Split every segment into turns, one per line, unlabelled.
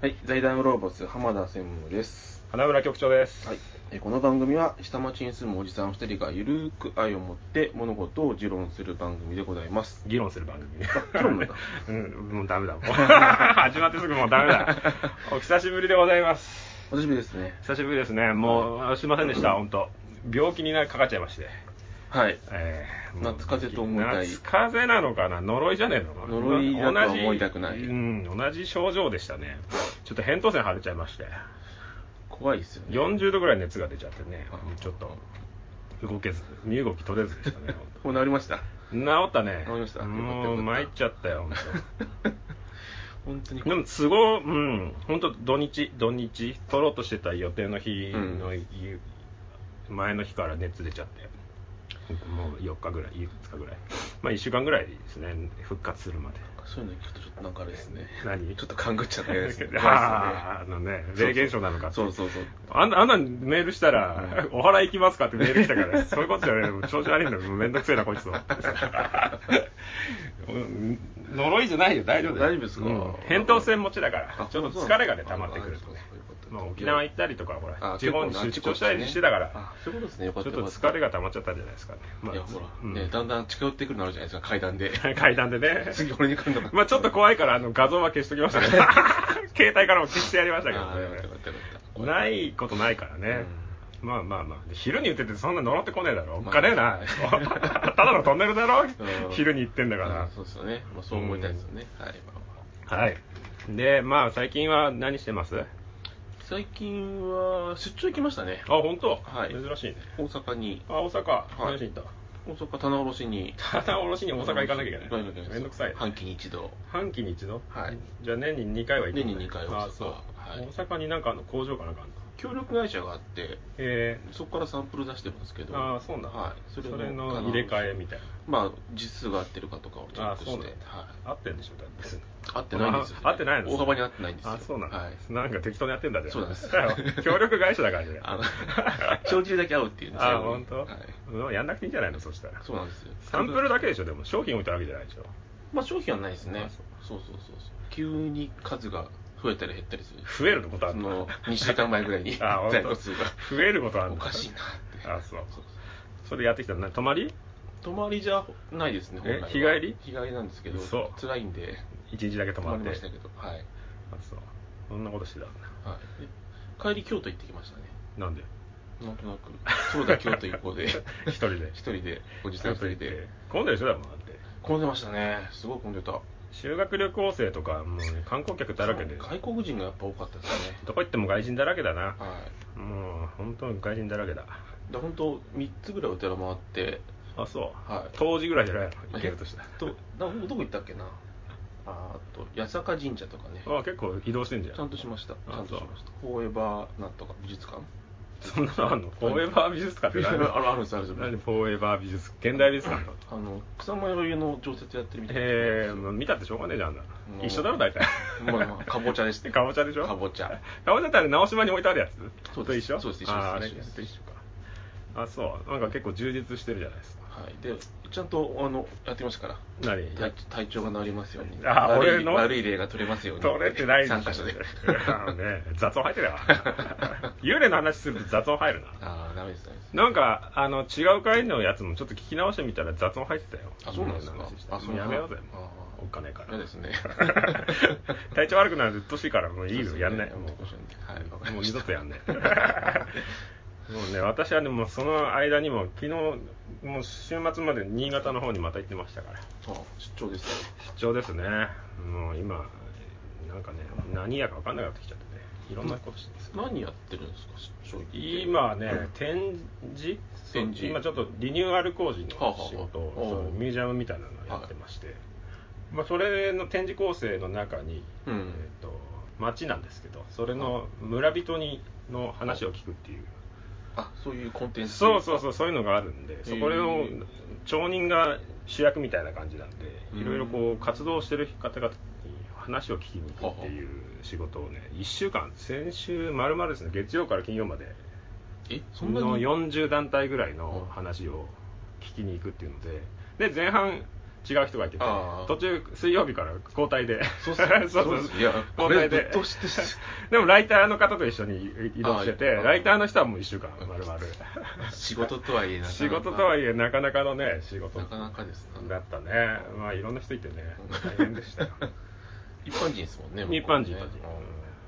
はい、財団ローボス浜田専務です。
花村局長です。
はい、えーこの番組は下町に住むおじさん2人がゆるーく愛を持って物事を議論する番組でござい ます。
議論する 番組ね。
議論なんだ
うん、もうダメだ。もう 始まってすぐもうダメ だ。お久しぶりでございます。
お久しぶりですね。
久しぶりですね。もう、すいませんでした、本当病気になかかっちゃいまして。
はい。
えーもう
夏風邪と思いたい
夏風邪なのかな呪いじゃねえのかな
呪いだとは
同じ
思いたくない
うん、同じ症状でしたね。ちょっと扁桃腺腫れちゃいまして。
怖いですよね。
40度ぐらい熱が出ちゃってね
あ、
ちょっと動けず、身動き取れずでしたね。
もう治りました。
治ったね。
治りました
も
よかったよかっ
う
た
参っちゃったよ、本
本当に
当。でも都合、うん、本当土日、土日、取ろうとしてた予定の日の、
う
前の日から熱出ちゃって。もう4日ぐらい、5日ぐらい。まあ1週間ぐらいですね、復活するまで。
そういうの聞くとちょっとなんかあれですね。
何
ちょっと勘ぐっちゃったやつですね。
ああ、あのね、
そうそう
霊現象なのかってい
そうそうそう。
あんあんなんメールしたら、お払い行きますかってメール来たから、そういうことじゃないもう調子悪いんだよ、もうめんどくせえな、こいつは。 うん呪いじゃないよ、大丈夫だよ
大丈夫ですか
うん扁桃腺持ちだから
あ、
ちょっと疲れがね、溜まってくる
そ
と
う
ね
そういうこと。
まあ、沖縄行ったりとか、ほら、
あ
地方に
結構な
出張したりしてたから、
あ、そういうことですね。よ
ち
か
ょ
っ
ったと
よかった
疲れが溜まっちゃったんじゃないですかね。まあ
いや、ほら、
うん
ね、だんだん近寄ってくるのあるじゃないですか、階段で。
階段でね。
次俺に来るのか。
まあちょっと怖いから、あの、画像は消しときまし たね。携帯からも消してやりましたけど
あーよかったよ
ね
か。ったよかった
ないことないからね、まあまあまあで昼に打っててそんな呪ってこねえだろおっ
まあ
かね えな、ただのトンネルだろ、
ん
昼に行ってんだか
あー
ら
そうですよね。まあ、そう思いたいですよね。はい。まあまあ
はいでまあ最近は何してますあ
最近は、出張行きましたね。
本当、
はい
珍しいね
大阪に、
あ大
い
阪、何しに行っ
大阪棚卸しに。
たただ卸しに大阪行かなきゃいけない
行かなきゃ
めんどくさい
半期に一度。
半期に一度、
はい
じゃあ年に2回は行くの
年に二回は
あそう、
はい
大阪になんかあの工場かなんかあるの
協力会社があって、
え
そこからサンプル出してるんですけ
ー、
ど、
ああそうなんだ、
はい。
それの入れ替えみたいな
まあ、実数が合ってるかとかをチェッ
あ
ク
そう
し
なん
て
だ、
はい。
合ってんでしょだって
合ってないんですよ、
あ合ってないの
大幅に合ってないんですよ。
あ、そうなんだ、
はい。
なんか適当にやってんだじゃん。
そうなんです
だよ 協力会社だからね。
あの、 焼酎だけ合うっていうんです
あ、本当、
はい。
もうやんなくていいんじゃないのそしたら。
そうなんですよ。
サンプルだけでしょでも、商品置いてあるわけじゃないでしょ。
まあ商品はないですね
あそ。
そうそうそうそう。急に数が増えたり減ったりする。
増えることあ
そ
るの、
の、2週間前ぐらいに
あ、本
在
当
庫数が。
増えることある
お
の
かしいなっ
あ、そう。
そう
それやってきたのな泊まり
泊まりじゃないですね、本
え
来は
日帰り
日帰りなんですけど
そう、
辛いんで、
一日だけ泊
泊ま
まっ
り
て。
ましたけど、はい。
あ、そう。そんなことしてたんだ。
はいで帰り京都行ってきましたね。
なんで
なんとなく、そうだ京都行こうで、
一人で
一。人で、おじさん一人で。
混んでる人だもん、だって。
混んでましたね。すごい混んでた。
修学旅行生とか、もう観光客だらけで。
外国人がやっぱ多かったです ね。
どこ行っても外人だらけだな。
は
もう、本当に外人だらけだ。
い。で、本当三つぐらいお寺回って、
あそう、
はい
当時ぐらいじゃないの行けるとしたら
と、などこ行ったっけな。あーあと、八坂神社とかね。
あ結構移動してんじゃ
ちゃん
ん
としました。ち
あ
ゃんとしました。フォーエバーなんとか美術館。
そんなのあんのフォーエバー美術館っ て
あ
何
るあるんですあるんです
何フォーエバー美術現代美術館
あの草間彌生の常設やってるみたいな。
えー、もう見たってしょうがねえじゃんあんな
もう
一緒だろ大体
まあまあかぼちゃですね
かぼち ゃでしょ
かぼちゃ。
かぼちゃってあれ直島に置いてあるやつ
そう
と
で
一
す
緒
そうです一緒です
あーあれ
一緒です
と一緒かあそうなんか結構充実してるじゃないですか
はい。で、ちゃんとあのやってましたから。
何
体体調が治りますように。
あ
悪い
俺の
悪い例が取れますように。
取れてない
参加者 で。
あのね雑音入ってるわ幽霊の話すると雑音入るな
ああダメですダメです。
なんかあの違う回のやつもちょっと聞き直してみたら雑音入ってたよ
あそうなんですか
みなの話して
あそう
もう
な
や
ん
め
だ
ようぜ
あー
おっかねえか
嫌
ら
ですね。
体調悪くなるとうっとしいからもういい
そうですね
よやんない
や
も
めてほしいねはいうわかり
もう
ました
二度とやんない もうね私はねもうその間にも昨日もう週末まで新潟の方にまた行ってましたから
そう出張ですよ。
出張ですねもう今なんかね何やか分かんなくなってきちゃってねいろんなことしてます
何やってるんですか出張行って
今はね展示
展示
今ちょっとリニューアル工事の
はあはあ
仕事を、
おう
そのミュージアムみたいなのをやってまして、まあ、それの展示構成の中に、
うん
えー、と町なんですけどそれの村人にの話を聞くっていう、
あそういうコンテンツ
そうそうそうそういうのがあるんでそこを
へえ
町人が主役みたいな感じなんで
うん
いろいろこう活動してる方々に話を聞きに行くっていう仕事をね1週間先週まるまるですね月曜から金曜まで
えそ
そ
んな
の
に
40団体ぐらいの話を聞きに行くっていうのでで前半違う人がいてて
あー
途中水曜日から交代で
そうっす
そう
よ
そう
そうっすいやこ
交
れ
代で
ぶっ通してっす
でもライターの方と一緒に移動してて
あー
ライターの人はもう1週間丸々
仕事とはいえなかなか
仕事とはいえなかなかのね仕事
なかなかですな
だったねまあいろんな人いてね大変でしたよ
一般人ですもん ね
一般人たち
向こうはね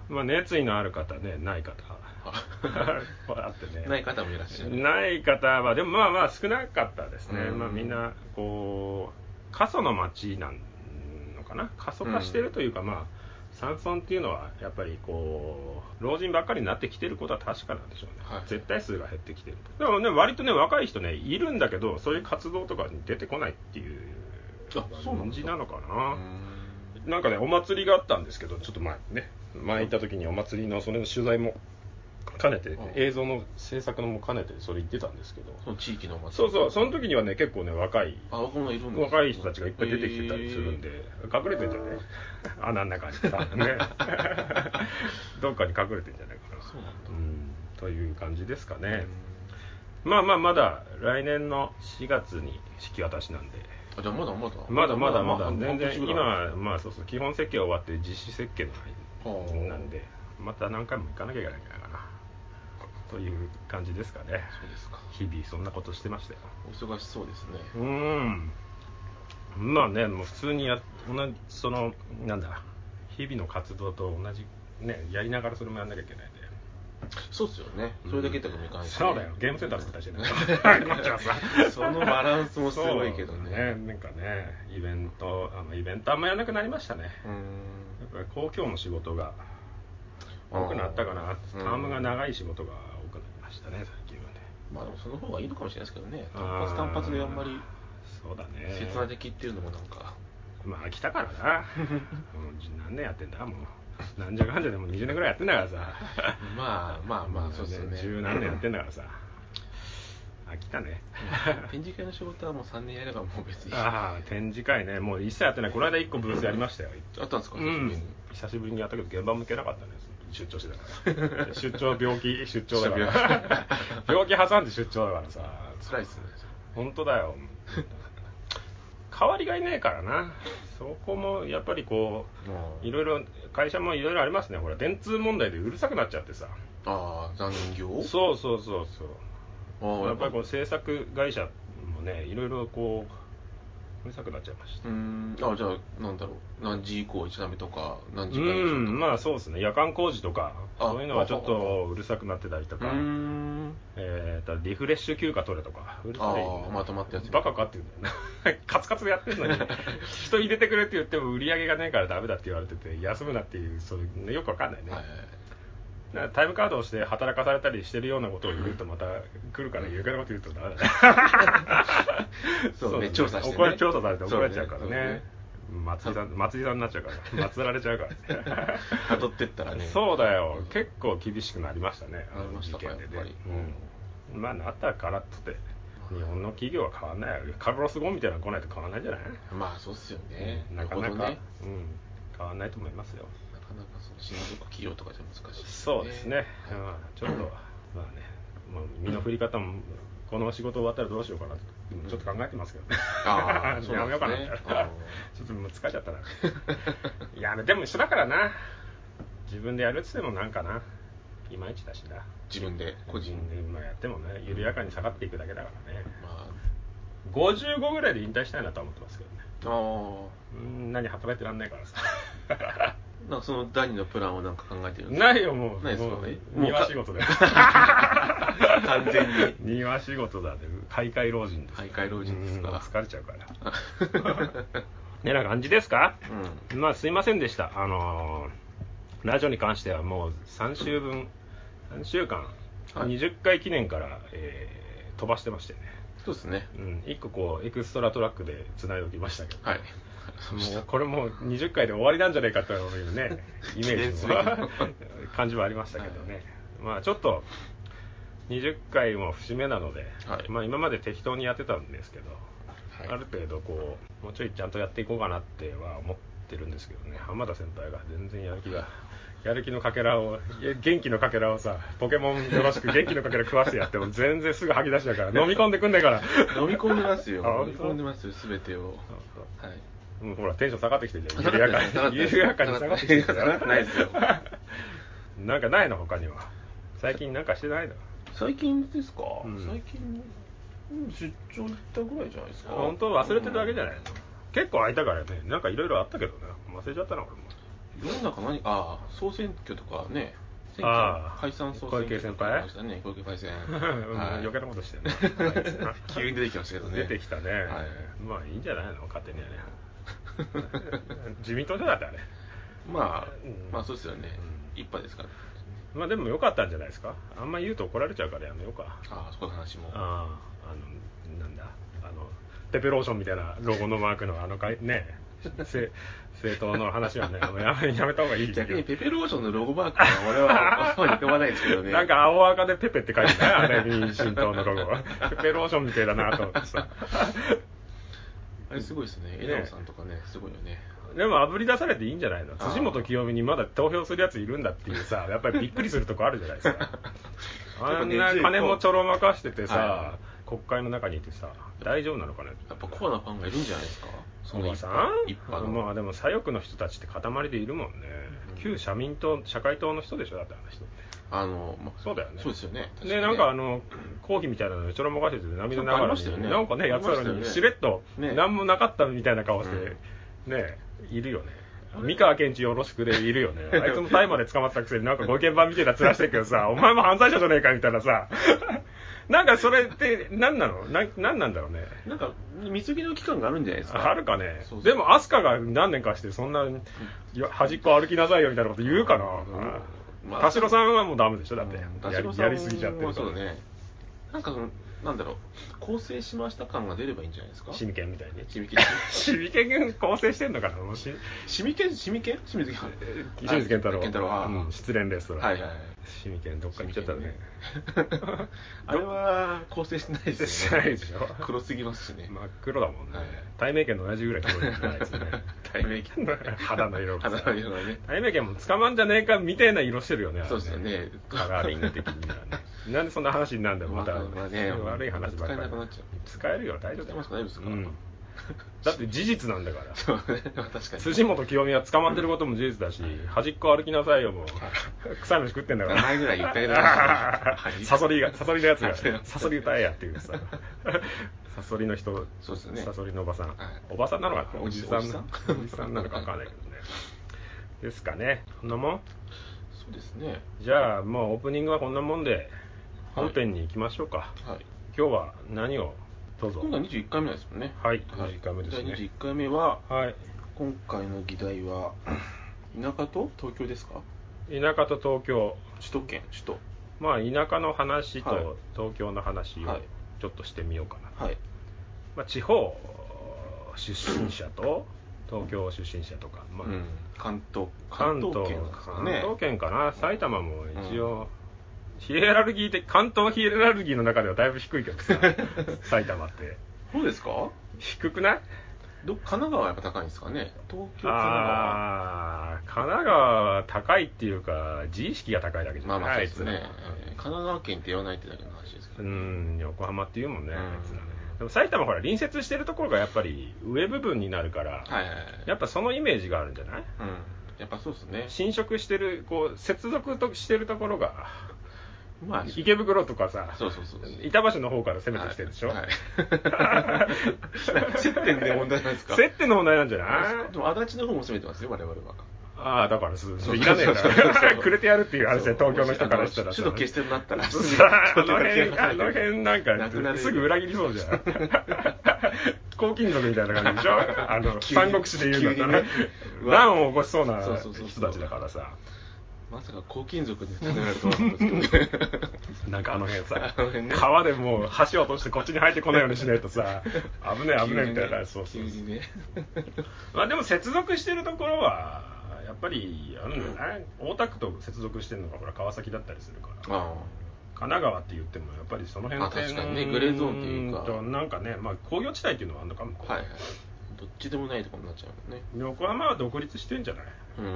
まあ熱意のある方ねない方 あって
う
ね
んない方もいらっしゃる
ない方はでもまあまあ少なかったですね、
うん
まあ、みんなこう過疎の町なのかな過疎化してるというか、まあ山村っていうのはやっぱりこう老人ばっかりになってきてることは確かなんでしょうね、
はい
絶対数が減ってきてるとでもね割とね若い人ねいるんだけどそういう活動とかに出てこないっていう
あそうなん
感
だ
じなのか
う
な、
ん
なんかね、お祭りがあったんですけど、ちょっと前にね、前行った時にお祭りのそれの取材も兼ねて
うん、
映像の制作のも兼ねて、それ行ってたんですけど、
その地域のお祭り
そうそう、その時にはね、結構ね、若い、
あ若者いるんですね
若い人たちがいっぱい出てきてたりするんで、隠れてんじゃない穴の中にさ、 ね、どっかに隠れてんじゃないか
えー
な。
そうなんだ
うんという感じですか
う
ね。
ん
まあまあ、まだ来年の4月に引き渡しなんで、
あじゃあまだまだ
まだまだまだ全然今
は
はまあそうそう基本設計終わって実施設計の
あ
範囲なんでまた何回も行かなきゃいけないからなという感じですかね
そうですか
日々そんなことしてましたよ
お忙しそうですね
うーんまあねもう普通にや同じそのなんだ日々の活動と同じねやりながらそれもやんなきゃいけないんで
そうっすよねそれだけとかもいかないしね
そうだよゲームセンター作ったりして ねこっちはさ
そのバランス もすごいけど
そう
ね
なんかねイベントあのイベントあんまやんなくなりましたね
うー
や
ん
っぱり公共の仕事が多くなったかなタ
うん
ームが長い仕事が多くなりましたね最近はね
まあでもその方がいいのかもしれないですけどね単
あ
発
ー
単発であんまり
そうだね
切な的っていうのもなん か
まあ飽きたからなもう何年やってんだもうなんじゃかんじゃでも20年ぐらいやってんだからさ
まあまあまあそうですよね
十何年やってんだからさ飽きたね
展示会の仕事はもう3年やればもう別にあ
ああ展示会ねもう一切やってないこの間1個ブースやりましたよ
ったんですか久し
う
ぶり
ん
に、
久しぶりにやったけど現場向けなかったね出張してた から出張病気出張だから 病気挟んで出張だからさ
辛いっすね
本当だよ代わりがいねえからなそこもやっぱりこ
も
う
う
いろいろ会社もいろいろありますねほら電通問題でうるさくなっちゃってさ
ああ残業
そうそうそうそう
あー
やっぱりこう制作会社もねいろいろこううるさくなっちゃいました
うーんあじゃあなんだろう何時以降1ダ目とか何時
う
間以降とか
んまあそうですね夜間工事とか
あ
そういうのはちょっとうるさくなってたりと
う
か、
ーん
えー、とリフレッシュ休暇取れとかうるさい
あーまとまったやつ
バカかって言うんだよな カツカツでやってる のに人入れてくれって言っても売り上げがないからダメだって言われてて休むなっていうそういうねよくわかんないね、
はい
だからタイムカードをして働かされたりしてるようなことを言うとまた来るから有害なこと言うとダメだね
そうね
だ
調査してね
怒ら調査されて怒られちゃうから
そうね
ね祭りさん祭りさんになっちゃうから祭られちゃうからね
辿ってったらね
そうだよ結構厳しくなりましたね
なりましたか
あの事件でね
やっぱり
うん、まあなったからっつって日本の企業は変わんないよカルロス・ゴーンみたいなの来ないと変わらないんじゃない、
まあそうっすよね
なかな
よほ
か、
どね
うん、変わんないと思いますよ
なかなかその親族企業とかじゃ難しいよ
そうですね、
はい
まあ、ちょっと、まあね、まあ、身の振り方も、この仕事終わったらどうしようかなと、
うん
ちょっと考えてますけどね、
あー
やめようかな、
そうなんですねあ
ちょっともう疲れち ゃったな、いや、でも一緒だからな、自分でやるっつってもなんかな、いまいちだしな、
自分で個人で
で、まあ、やってもね、緩やかに下がっていくだけだからね、
ま
55ぐらいで引退したいなとは思ってますけどね、
ああ
うん、何働いてらんな いからさ。
あなんかその第二のプランをなんか考えてるんですか
ないよもう
ないですか
もう
ね
庭仕事だよ
完全に
庭仕事だね開会老人です
徘徊老人ですか
うん
ら
疲れちゃうから ねな感じですか、まあすいませんでしたあのーラジオに関してはもう3週分3週間、
はい
20回記念から、えー飛ばしてましてね、
そうですね
うん、1個こうエクストラトラックで繋いでおきましたけど
はい
もうこれもう20回で終わりなんじゃないかというねイメ
記
ージも
念すべ
感じもありましたけどね、まあちょっと20回も節目なので、
はい
まあ今まで適当にやってたんですけど、
はい
ある程度こうもうちょいちゃんとやっていこうかなっては思ってるんですけどね浜田先輩が全然やる気がやる気のかけらをいや元気のかけらをさポケモンよろしく元気のかけら食わしてやっても全然すぐ吐き出しだから飲み込んでくんだから
飲み込んでますよ
あ
飲み込んでますよ全てをはい
もうほらテンション下がってきてるじゃん
下が
緩
っ
や
てない
かに緩やかに下がってきてるじゃん
下がってないですよ
なんかないの他には最近なんかしてないの
最近ですか、
うん
最近うん出張行ったぐらいじゃないですか
本当忘れてるだけじゃ
ない、
ないの、結構空いたからねなんかいろいろあったけどね忘れちゃったな俺も
うん世の中何ああ総選挙とかね選
あ
挙
あ
解散総選挙
小池先輩
ありましたね小池先輩
うん
はい
余計なことしてる
急に出てきましたけどね
出てきたね、
はい
まあいいんじゃないの勝手にはね自民党じゃなくてあれ
まあ、
うん
まあそうですよね、一
う
派ですから
まあでも良かったんじゃないですかあんま言うと怒られちゃうからやめようか
ああそこの話も
あああのなんだあのペペローションみたいなロゴのマークのあのかいねせ政党の話はねもうやめやめた方がいいよ
逆にペペローションのロゴマークは俺は頭に浮かばないですけどね
なんか青赤でペペって書いてないあれ民進党のロゴペペローションみたいだなと思ってさ
あれすごいですね
ね
枝野さんとかねすごいよね
でも炙り出されていいんじゃないの
あー
辻元清美にまだ投票するやついるんだっていうさやっぱりびっくりするとこあるじゃないです かあんな金もちょろまかしててさ、
は
国会の中にいてさ大丈夫なのかな
やっぱコアなファンがいるんじゃないですか
そ
その
の
一
さ
派
ん
一派の、
まあでも左翼の人たちって塊でいるもんね、
うん
旧社民党社会党の人でしょだってあの人
あの、まあ、
そうだよね
そうですよね
でなんかあ
の
のコーヒーみたいなのにちょろまかしてて涙な
なんかあ
が
り
ら
ましたよ
に
ね
なんかねやつら
ありま
に
したよね
しれっと
ね
何もなかったみたいな顔してねいるよね三河健一よろしくでい るよねあいつもタイまで捕まったくせになんかご意見番みたいな面してるけどさ お前も犯罪者じゃねえかみたいなさ なんかそれって何なのな何なんだろうね
なんか水着の期間があるんじゃないですか
あるかね
そうそう
でも飛鳥が何年かしてそんなよ端っこ歩きなさいよみたいなこと言うかな、
うん
田代さんはもうダメでしょだって、
うん
や
田代
り
さん
やりすぎちゃってる
は
か
そ
ら、
うだねなんかそのなんだろう構成しました感が出ればいいんじゃないですか
シミケンみたいに
シ ミケン
シミケン構成してんのかなもうし
シミケンシミケンシミケン
清水健太郎
健太郎は
うん失恋レストラン、
はいはい
シミケンどっか行っちゃったらね
あれは構成してないですよね
してないでしょ
黒すぎますしね
真っ黒だもんね
はい
対面権と同じぐらい黒いじゃないです ね
対 面権
肌の色が
肌の色がね
対面権も捕まんじゃねえかみたいな色してるよねあれ
そうですよね
カラーリン グ的にはねなんでそんな話になるんだよまた、
まあまあね
悪い話ばっか
使
り
えなくなっちゃう
使えるよ大丈夫だよ
使えますか
うん、だって事実なんだから
そうねまあ確かに
辻元清美は捕まってることも事実だし端っこ歩きなさいよもう臭い飯食ってんだから
名前ぐらい言ってあげてください
サソリがサソリのやつが
はい
サソリ歌えやっていうさサソリの人
そうですよね
サソリのおばさ
い
ん、おばさんなのかな
お
お
じ
じ
さん
さんおじさんなのかわかんないけどねですかねこんなもん
そうですね
じゃあもうオープニングはこんなもんで
はい
本編に行きましょうか、
はい
今日は何をどうぞ
今回21回目なんですもんね
はい21回目ですね
第21回目は
はい
今回の議題は田舎と東京ですか
田舎と東京
首都圏首都
まあ田舎の話
はい
と東京の話
は
を
い
ちょっとしてみようかな、
はい
まあ、地方出身者と東京出身者とか、まあ
うん関東
関
関東
東関
圏なんですかね
東圏かな埼玉も一応、ヒエラルギー的関東ヒエラルギーの中ではだいぶ低いけ どさ埼玉って
そうですか
低くない
ど神奈川はやっぱ高いんですかね東京神奈川
ああー神奈川は高いっていうか自意識が高いだけじゃ
ま
な
あまあ
い、
そうですね、
あいつ
え
ら
ー神奈川県って言わないってだけの話ですけ
う
ど、ね
ん横浜っていうもんね、
うん
あいつらねでも埼玉ほら隣接してるところがやっぱり上部分になるから、
はいはいはい
やっぱそのイメージがあるんじゃ
う
ない
んやっぱそうですね
侵食してるこう接続としてるところが
まあ
池袋とかさ
そうそうそうそう
板橋の方から攻めてきてるでしょ、
は いはい接点で問題なんですか
接点の問題なんじゃない
でも足立の方も攻めてますよ我々は
ああだからす
そう
いらねえんだ
そうそう そう
くれてやるっていうあれで東京の人からしたら
ち
さ
ょっと決してにな ったら
あの辺、あの辺なん
なくな
か、
る
すぐ裏切りそうじ ゃん。黄金属みたいな感じでしょあの、
急に
三国志で言うんだ
急
ったら
にね、
乱を起こしそうな
そうそうそうそう
人たちだからさ、
まさか抗金属で食べられるとは思うんです けどね
なんかあの辺さ
あの辺、ね
川でもう橋を落としてこっちに入ってこないようにしない とさ、危ねえ危ねえみたいな、そうそ
急
う。
にね
まあでも接続してるところは、やっぱり、あるんじゃない大田区と接続してるのがほら川崎だったりするから。
あ
神奈川って言ってもやっぱりその辺
あ確かにねグレーゾーンっていうか
んとなんかねまあ工業地帯っていうのはあるのかも
あはいはいどっちでもないとこになっちゃうもんね
横浜は独立してんじゃない、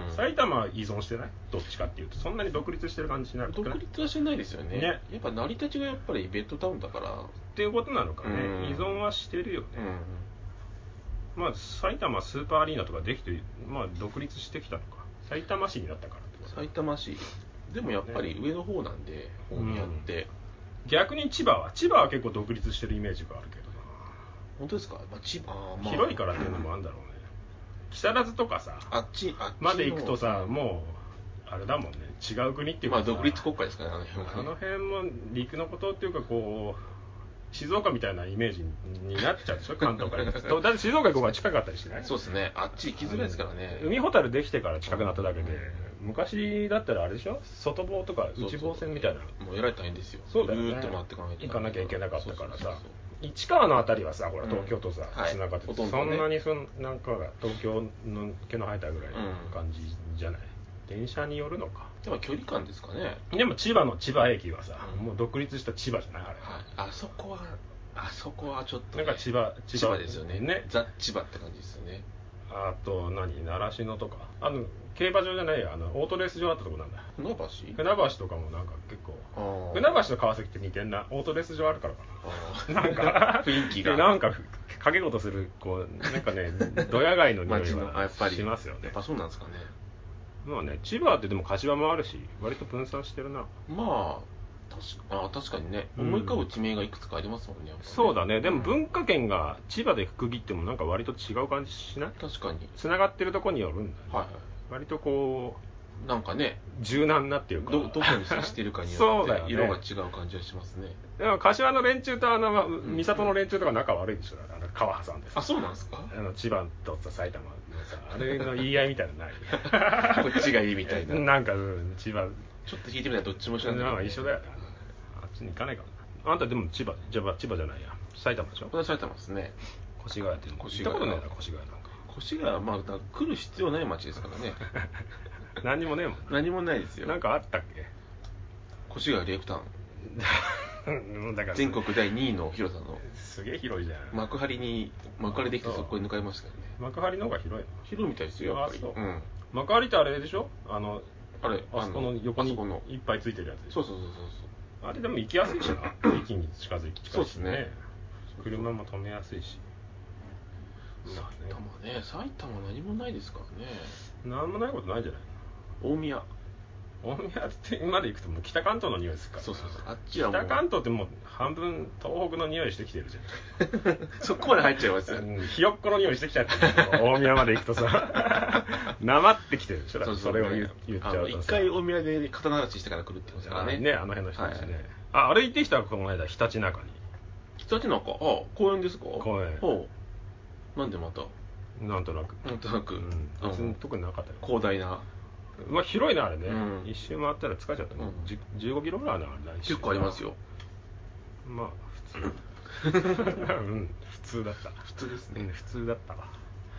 うん
埼玉は依存してないどっちかっていうとそんなに独立してる感じしない
独立はしてないですよね
ね
やっぱ成り立ちがやっぱりベッドタウンだから
っていうことなのかね、
うん
依存はしてるよね、
う
まあ埼玉スーパーアリーナとかできてまあ独立してきたのか埼玉市になったからってこ
ん
と
埼玉市でもやっぱり上の方なんで
うん
大宮って、
逆に千葉は千葉は結構独立してるイメージがあるけど
本当ですか、まあ、千葉
な、
まあ
広いからっていうのもあるんだろうね木更津とかさ
あっちあっちの
まで行くとさもうあれだもんね違う国っていう
まあ
かさ
独立国家ですからねあの辺はね
あの辺も陸のことっていうかこう静岡みたいなイメージになっち ゃうでしょ関東から行くとだって静岡行く方が近かったりしない
そうですねあっち行きづらいですからね
海ほたるできてから近くなっただけで、昔だったらあれでしょ外房とか内房線みたいな
そうそうもうえらい大変ですよ
そうだよね
ぐーっと回ってかないと
行かなきゃいけなかったから
そうそう
さ
そう
市川の辺りはさほら
うん
東京とさ
はい
つながってて、
ほとんど
そ
ね
んなにそんなんかが東京の毛の生えたぐらいの感じじゃない、電車によるのか
そうやっぱ距離感ですかね
でも千葉の千葉駅はさ、
うん
もう独立した千葉じゃないあれ、
はいあそこはあそこはちょっと
なんか千葉
千葉ですよね
ね
ザ・千葉って感じですよね
あと何習志野とかあの競馬場じゃないよあのオートレース場だったとこなんだ
船橋
船橋とかもなんか結構
あー
船橋と川崎って似てんなオートレース場あるからか
あー
ななんか
雰囲気が
でなんか掛け事するこうなんか ねドヤ街の匂
街
い
のあや
が
っぱり
しますよね
やっぱそうなんですかね
まあね千葉ってでも柏もあるし割と分散してるな
まあ確かあ確かにね
うん
思い浮かぶ地名がいくつかありますもんねやっぱね
そうだねでも文化圏が千葉で区切ってもなんか割と違う感じしない
確かに
繋がってるとこによるんだよね
は
割とこ
いなんかね
う柔軟なっていうか
どどこに接してるかによ
そ
っ
うだよ
て
ね
色が違う感じがしますね
でも柏の連中とあの、まあ
ん
三郷の連中とか仲悪いでしょあの川挟んでさ
あそうなんですか
あの千葉とさ埼玉のさあれの言い合いみたいなのない
こっちがいいみたいな
なんか、うん、千葉
ちょっと聞いてみたらどっちも一緒なんだ
な
け
ん
ど
か一緒だよなあっちに行かないかもなあんたでも千葉千葉千葉じゃないや埼玉でしょ
これされてますね
越谷っていうの
越
行
谷
ったことないな越谷なんか
越谷はまあだから来る必要ない街ですから ね
何にもねえもん
何もないですよ
なんかあったっ け
越谷レイクタウン
うんだから
全国第2位の広さの
すげえ広いじゃん、
幕張に幕張できて
あそう
そこに抜かれましたよね
幕張の方が広いの
広いみたいですよやっぱり
あそうん幕張ってあれでしょあの
あれ
あそこの横に
あそこの
いっぱいついてるやつでしょ
そうそうそうそう
あれでも行きやすいしな駅に近づいて
そうですね
車も止めやすいし
そう
ま
埼玉ね埼玉何もないですからね
あねなんもないことないんじゃない
大宮
大宮ってまで行くともう北関東の匂いするから
そうそうそうあっちはもう
北関東ってもう半分東北の匂いしてきてるじゃん
そこまで入っちゃいますよ
うんひよっこの匂いしてきちゃってる大宮まで行くとさ なまってきてるでしょだってそれを言う言っちゃ
あの
うと
一
さ
回大宮で刀立ちしてから来るってことですか
あ
らね
ねあの辺の人たちね、
はい
あ歩いてきたこの間ひたちなかに
ひたちなかあ公園ですか
公園
ほうなんでまた
なんとなく、
なんとなく、
うん
あの
別に特になかったよ
広大な
まあ、広いなあれね、
うん
一周回ったら疲れちゃったね、
うん
じ15キロぐらいあるなあれ
結構ありますよ
まあ 普通うん普通だった
普通です
う
ね、
ん普通だったわ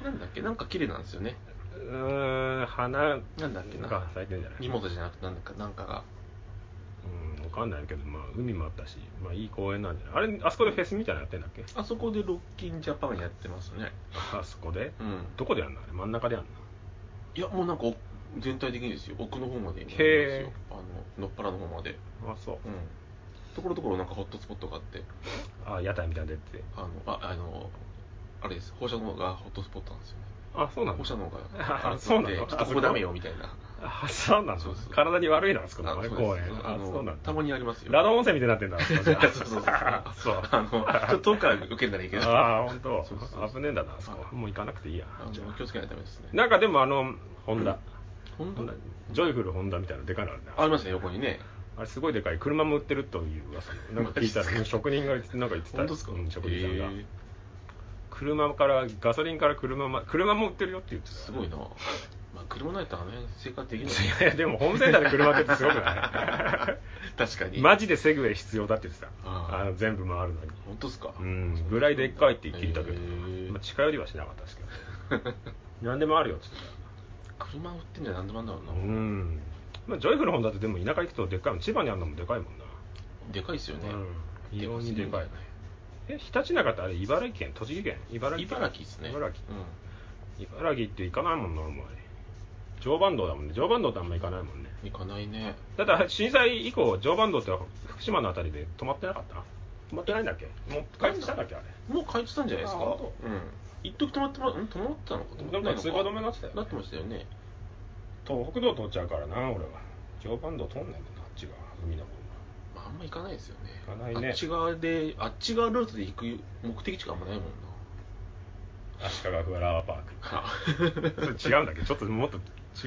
なんだっけなんか綺麗なんですよね
うーん花
なんだっけな
が咲いてんじゃない
ミモザじゃなくてなんだかなんかが
うんわかんないけどまあ海もあったしまあいい公園なんじゃないあれあそこでフェスみたいなのやってんだっけ
あそこでロッキンジャパンやってますね
あそこで
うん
どこでやんのあれ真ん中でやんの
いやもうなんかお全体的にですよ奥の方まで
へ
今
え
いますよあののっぱらの方まで
あそう
うんところどころなんかホットスポットがあって
あ屋台みたいなの出てて
あのああのあれです放射能がホットスポットなんですよね
あそうなの
放射能
あ
が
そうなの
ちょっとここダメよみたいな
あそうなの
そうそう
体に悪いなあそこ
あそう
のね
です
公園
あ
あそうな
の
ん
た
だ
まにありますよ
ラドン温泉みたいになってんだあそこじゃ
そうそうそうそう
あそう
あのちょっと遠くから受けるならいいけどあ
ああ本当
そうそうそう
危ねえんだなあそこもう行かなくていいや
の気をつけないとダメですね
なんかでもあのホンダ
ほん
ホンダ
と
ジョイフルホンダみたいなのでかいのあるね
ありますね横にね
あれすごいでかい車も売ってるという噂のなんか聞 いた
マジっすか
職人が言ってなんか言ってた
本当ですか、
うん職人さんが、
へえ
車からガソリンから車ま車も売ってるよって言ってた
すごいな、まあ、車ないとあの辺生活できない
いやでもホームセンターで車売ってるってすごくな
確か に
いマジでセグウェイ必要だって言ってた
あー
あの全部回るのに
本当ですか
うんぐらいでっかいって聞いたけ
へ
ど
ー
まあ近寄りはしなかったですけど 何でもあるよって言ってた
車売ってんじゃ何でもあんだろうな、
うん、まあ、ジョイフルホンダってでも田舎行くとでっかいもん千葉にあるのもでかいもんな
でかいですよね、
うん非常にでかいねえひたちなかってあれ茨城県栃木県茨城県
茨城ですね
茨城
うん
茨城って行かないもんなお前常磐道だもんね常磐道ってあんま行かないもんね
行かないね
だってあれ震災以降常磐道って福島のあたりで止まってなかった止まってないんだっけもう開通したんだっけあれ
もう開通したんじゃないですか
あ
うん
本
一時止まってまん止まってたのか止まってないのか
通行止めになってたよね
なってましたよね
東北道通っちゃうからな俺は常磐道通んないもんなあっちが海の方
まああんま行かないですよね
行かないね
あっち側であっち側ルートで行く目的地があんまないもんな
が足利フラワーパーク
あ
それ違うんだっけどちょっともっと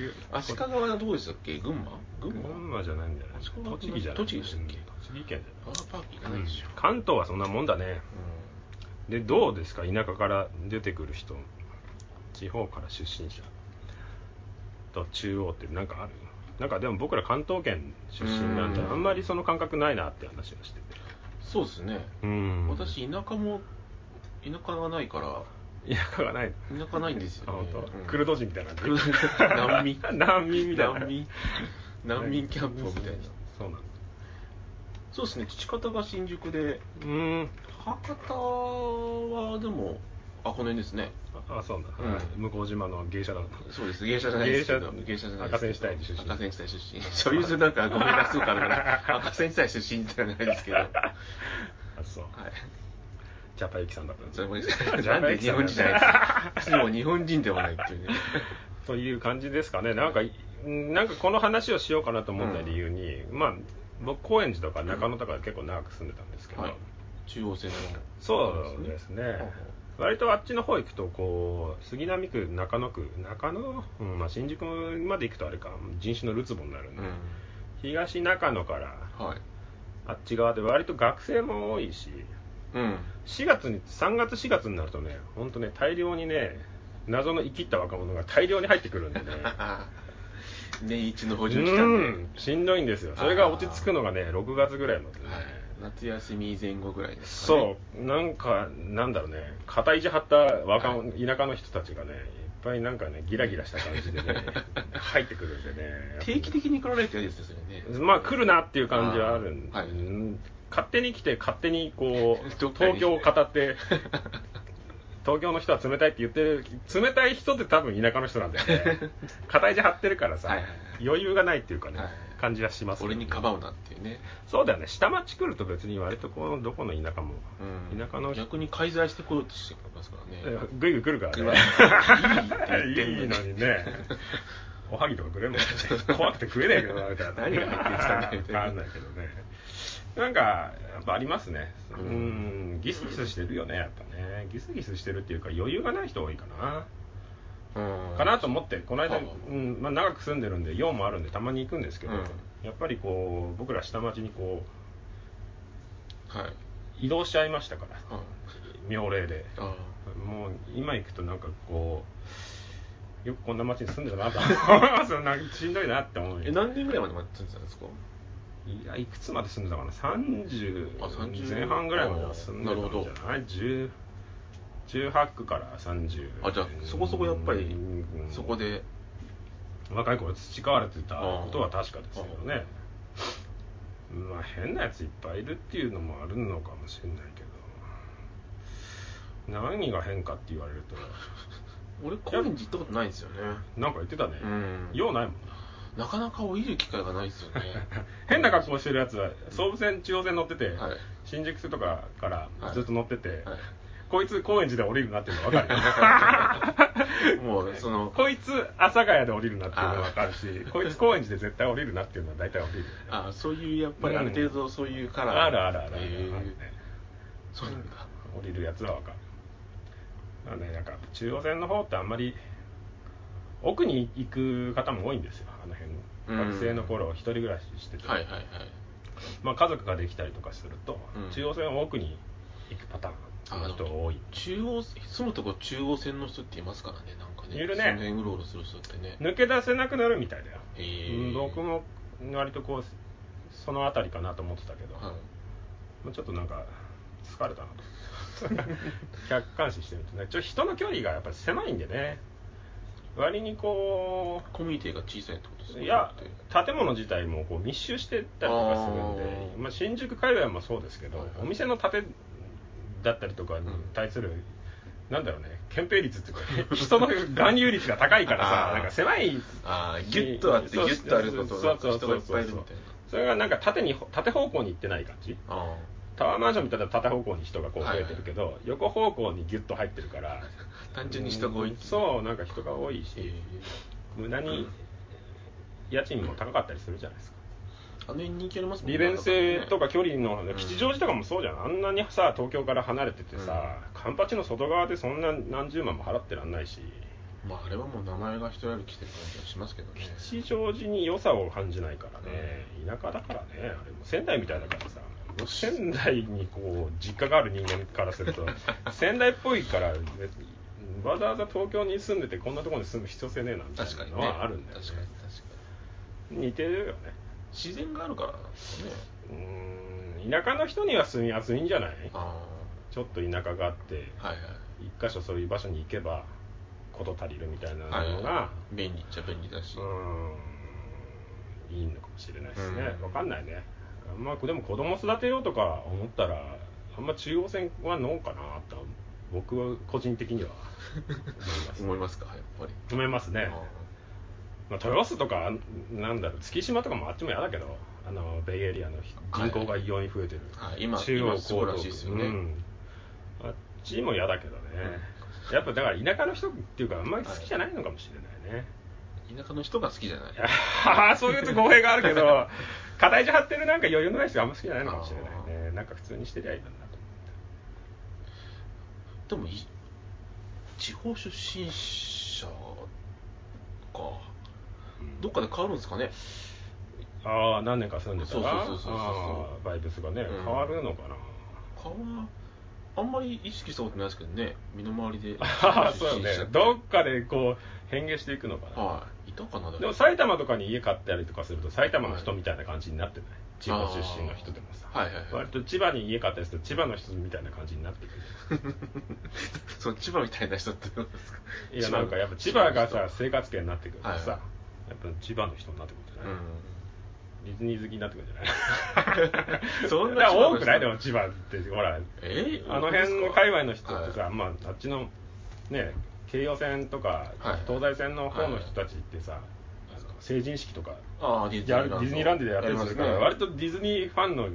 違う
足利側のどこでしたっけ群馬
群馬じゃないんじゃない
あそこは
栃木じゃない
栃木でしたっけ
うん栃木県
バラパーク行
じゃ
か
な、
ないいでしょ
うん関東はそんなもんだね
う
でどうですか田舎から出てくる人地方から出身者と中央ってなんかあるなんかでも僕ら関東圏出身なんで
うん
あんまりその感覚ないなって話をしてて
んそうですね
うん
私田舎も田舎がないから
田舎がない
田舎ないんですよ、
あ
ね
本当、
うん
クルド人みたいな
クルド難民
難民みたいな
難民難民キャンプみたいな
そうなんだ
そうですね父方が新宿で
うん
博多はでもあこの辺ですね
ああそうなんだ、
うん
向こう島の芸者だ
そうです芸者じゃないですけど
芸者
じゃないですけど
赤線地帯出身
赤線地帯出身 所有するなんかごめんなさいから赤線地帯出身じゃないですけ どはい
あそうジャパユキさんだったん
それもいい
で
ですす
ね
なんで日本人じゃないですかもう日本人でもないっていうね
という感じですかねなんかいなんかこの話をしようかなと思った理由に、まあ僕高円寺とか中野とか結構長く住んでたんですけど、
はい中央線の
そうですね
ほうほう
割とあっちの方行くとこう杉並区中野区中野、うんまあ、新宿まで行くとあれか人種のるつぼになるんで、
う
東中野から
んはい
あっち側で割と学生も多いし
うん
4月に3月4月になるとね本当ね大量にね謎の生きった若者が大量に入ってくるんでね
年一の
う
補充期間で、
んしんどいんですよそれが落ち着くのがね6月ぐらいまでね、
はい、夏休み前後ぐらいですか、ね、
そうなんかなんだろうね肩意地張った若者、田舎の人たちがねいっぱいなんかねギラギラした感じ でね入ってくるんでね
定期的に来られるってやつですよね
まあ来るなっていう感じはあるんで、
あーはい
うん勝手に来て勝手にこう
どっかに
東京を語って 東京の人は冷たいって言ってる冷たい人って多分田舎の人なんだよ ね片意地張ってるからさ、
はいはい
余裕がないっていうかね、
はい
感じはしますけど
俺
ね
にかばうなっていうね、
そうだよね下町来ると別に割とこうどこの田舎も、
うん
田舎の人
逆に介在してこようとしてますからね
ぐいぐい来るからね
いいって
い
言
い
ってん
の
の
に
に
ね。おはぎとかくれんのかね怖くて食えねえけどな、みたいな。
何が入ってきたんだよみたいな
わかんないけどね。なんか、やっぱありますね。う
うん
ん、ギスギスしてるよね、やっぱね。ギスギスしてるっていうか、余裕がない人多いかな。
うん
かなと思って、この間、
は
う
い
んまあ、長く住んでるんで、用もあるんで、たまに行くんですけど、
うん
やっぱりこう、僕ら下町にこう、
はい、うん、
移動しちゃいましたから、
あ
妙齢で。
あ
もう今行くとなんかこうよくこんな街に住んでたなと思いますよなんかしんどいなって思う
え何年ぐらいまで待ってたんですか
いやいくつまで住んでたかな30
あ30
前半ぐらいまでは住んでたんじゃない10 18区から30
あじゃあそこそこやっぱり
うん
そこで
若い頃培われてたことは確かですけどねまあ変なやついっぱいいるっていうのもあるのかもしれないけど何が変かって言われると
俺高円寺行ったことないんですよね
なんか言ってたね、
うん
用ないもん
なかなか降りる機会がないですよ ね
変な格好してるやつは総武線中央線乗ってて、
はい
新宿とかからずっと乗ってて、
は
こいつ高円寺で降りるなっていうの分か
いもうそ
る
の
こいつ阿佐ヶ谷で降りるなっていうの分かるしこいつ高円寺で絶対降りるなっていうのは大体降りる
あそういうやっぱりある程度そういうカラー
あるあるあるある、
へえ
ね
そうなんだ
降りるやつは分かるなんでなんか中央線の方ってあんまり奥に行く方も多いんですよあの辺
うん
学生の頃一人暮らししてて、
はいはいはい
まあ、家族ができたりとかすると、
うん
中央線は奥に行くパターンの人が多い
中央住むとこ中央線の人っていますからねなんかね
いるね
その辺うろうろする人ってね
抜け出せなくなるみたいだよ、
へー
僕も割とこうその辺りかなと思ってたけど、
は
もうちょっとなんか疲れたなと 客観視してみてねちょ人の距離がやっぱり狭いんでね割にこ
いコミュニティが小さいってことですか
ういや
だって
建物自体もこう密集してたりとかするんで
あー
まあ、新宿界隈もそうですけど、
はいはい
お店の建てだったりとかに
うん
対する、なんだろうね憲兵率っていうか 人の含有率が高いから
あ
さ
ー
なんか狭い
ああギュッとあってギ
そう
ュッとあること
そうそう
人がいっぱいいるみたいな
それがなんか縦に縦方向に行ってない感じ
あ
タワーマンションみたいな縦方向に人がこう増
はい
え
はい
てるけど、横方向にギュッと入ってるから
あ単純に人が多いっていう
そうなんか人が多い
え
し
ー
無駄に家賃も高かったりするじゃないですか
あの辺人気ありますもんね
利便性とか
ね
距離の
うん
吉祥寺とかもそうじゃんあんなにさ東京から離れててさカンパチの外側でそんな何十万も払ってらんないし
まああれはもう名前が人歩きしてる感じはしますけどね
吉祥寺に良さを感じないからね田舎だからねあれも仙台みたいだからさ仙台にこう実家がある人間からする と仙台っぽいから別にわざわざ東京に住んでてこんなところに住む必要性ねえなみたい
確か
な
に
の
ね
はあるんだよね
確かに確か
似てるよね
に自然があるからなんですかね
うーん田舎の人には住みやすいんじゃない
あ
ちょっと田舎があって
あはいはい
一箇所そういう場所に行けば事足りるみたいな
はいは
の
い
が
便利っちゃ便利だし、
うーんいいのかもしれないですね
うん
わかんないねあんまでも子供育てようとか思ったらあんま中央線はノーかなとは僕は個人的には思
思
い
い
ま
ますすかやっぱり
思いますね
あ
まあ、豊洲とかなんだろう月島とかもあっちも嫌だけどあのベイエリアの人口が異様に増えてる、
あはい今
中央
今すごいらしいですよね、
うんあっちも嫌だけどね、やっぱだから田舎の人っていうかあんまり好きじゃないのかもしれ ないね、
田舎の人が好きじゃない
あーそういうと語弊がある けど片いじ張ってるなんか余裕のない人があんま好きじゃないのかもしれないねなんか普通にしてりゃいいんだなと思
でもい地方出身者か
って
どっかで変わるんですかね
ああ何年か住んでたらあ
そうそうそうそうそう
ーバイブスがね
うん
変わるの かな、
顔はあんまり意識したことないですけどね身の回りで
あ あそうよね
者って
どっかでこう変化していくのかな、
はいいたかな
でも埼玉とかに家買ったりとかすると埼玉の人みたいな感じになってない地方出身の人でもさ
あーはいはいはい
割と千葉に家買ったりすると千葉の人みたいな感じになってくる
その千葉みたいな人ってどうですか
いやなんかやっぱ千葉がさ
千
生活圏になってくるからさ、
はいは
やっぱ千葉の人になってくるんじゃ
葉の
ない、 ディズニー好きになってくるんじゃない
人うん そん
だ
な
か
千葉
ら多
の人
くないでも千葉ってほら
えー
あの辺の界隈の人ってさ、
はい
まああっちのね京葉線とか、
はい
東西線の方の人たちってさ、あの成人式とか
ああディズ
や
ニーランド
るディズニーランドでやったりするから、
やります
割とディズニーファンの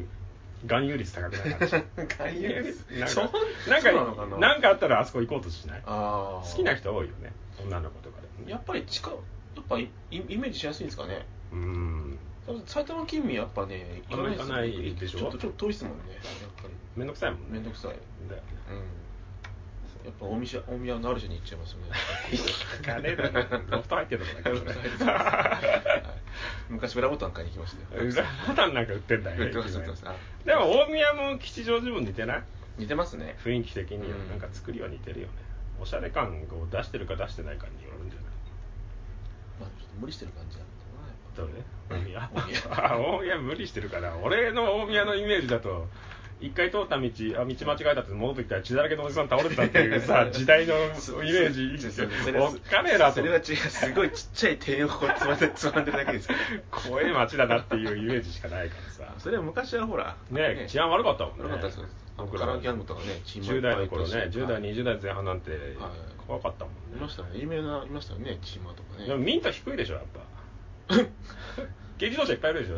含有率高くない感じ
含有率
なん
そう
かなん
そ
か
うなのかな
なんかあったらあそこ行こうとしない
あ
好
あ
きな人多いよね女の子とかで
やっぱり近いやっぱイイメージしやすいんですかね
うーん
埼玉県民やっぱね
あんまり
す
行かないでしょ
ちょっとちょっと遠いですもんねやっぱり
めんどくさいもんね
面倒くさい
だよね
うんやっぱお店お宮のある人に行っちゃい ますよね
金だよロフト入ってるのかな
はい
こ
昔ブラボタン買いに行きました
れ
よ
裏ボタンなんか売ってんだよ
売ってます売ってますあ
でも大宮も吉祥寺も似てない
似てますね
雰囲気的には
うん
なんか作りは似てるよねおしゃれ感を出してるか出してないかによるんじゃない
まあちょっと無理してる感じなんだ
ど
ろ
れ
うなやっ
大宮
大宮
あ大宮無理してるから俺の大宮のイメージだと一回通った道あ道間違えたって戻ってきたら血だらけのおじさん倒れてたっていう さ時代のイメー
そ
ジ
うそうそれ
おっかねえ
ぱ
な
そ
と
れは違うすごいちっちゃい庭園をこうつまんでつまんでるだけ です
怖え街だなっていうイメージしかないからさ
それは昔はほら
ね治安悪かったもんね
悪かったですよあの
僕
カ
ら
ラーギャングとかねチーマ
10代の頃ね
いっぱいいたし
10代20代前半なんて怖かったも
い
ん
ま
ね
したね有名ないましたよねチーマとかね
でもミント低いでしょやっぱ 軽自動車いっぱいいるでしょ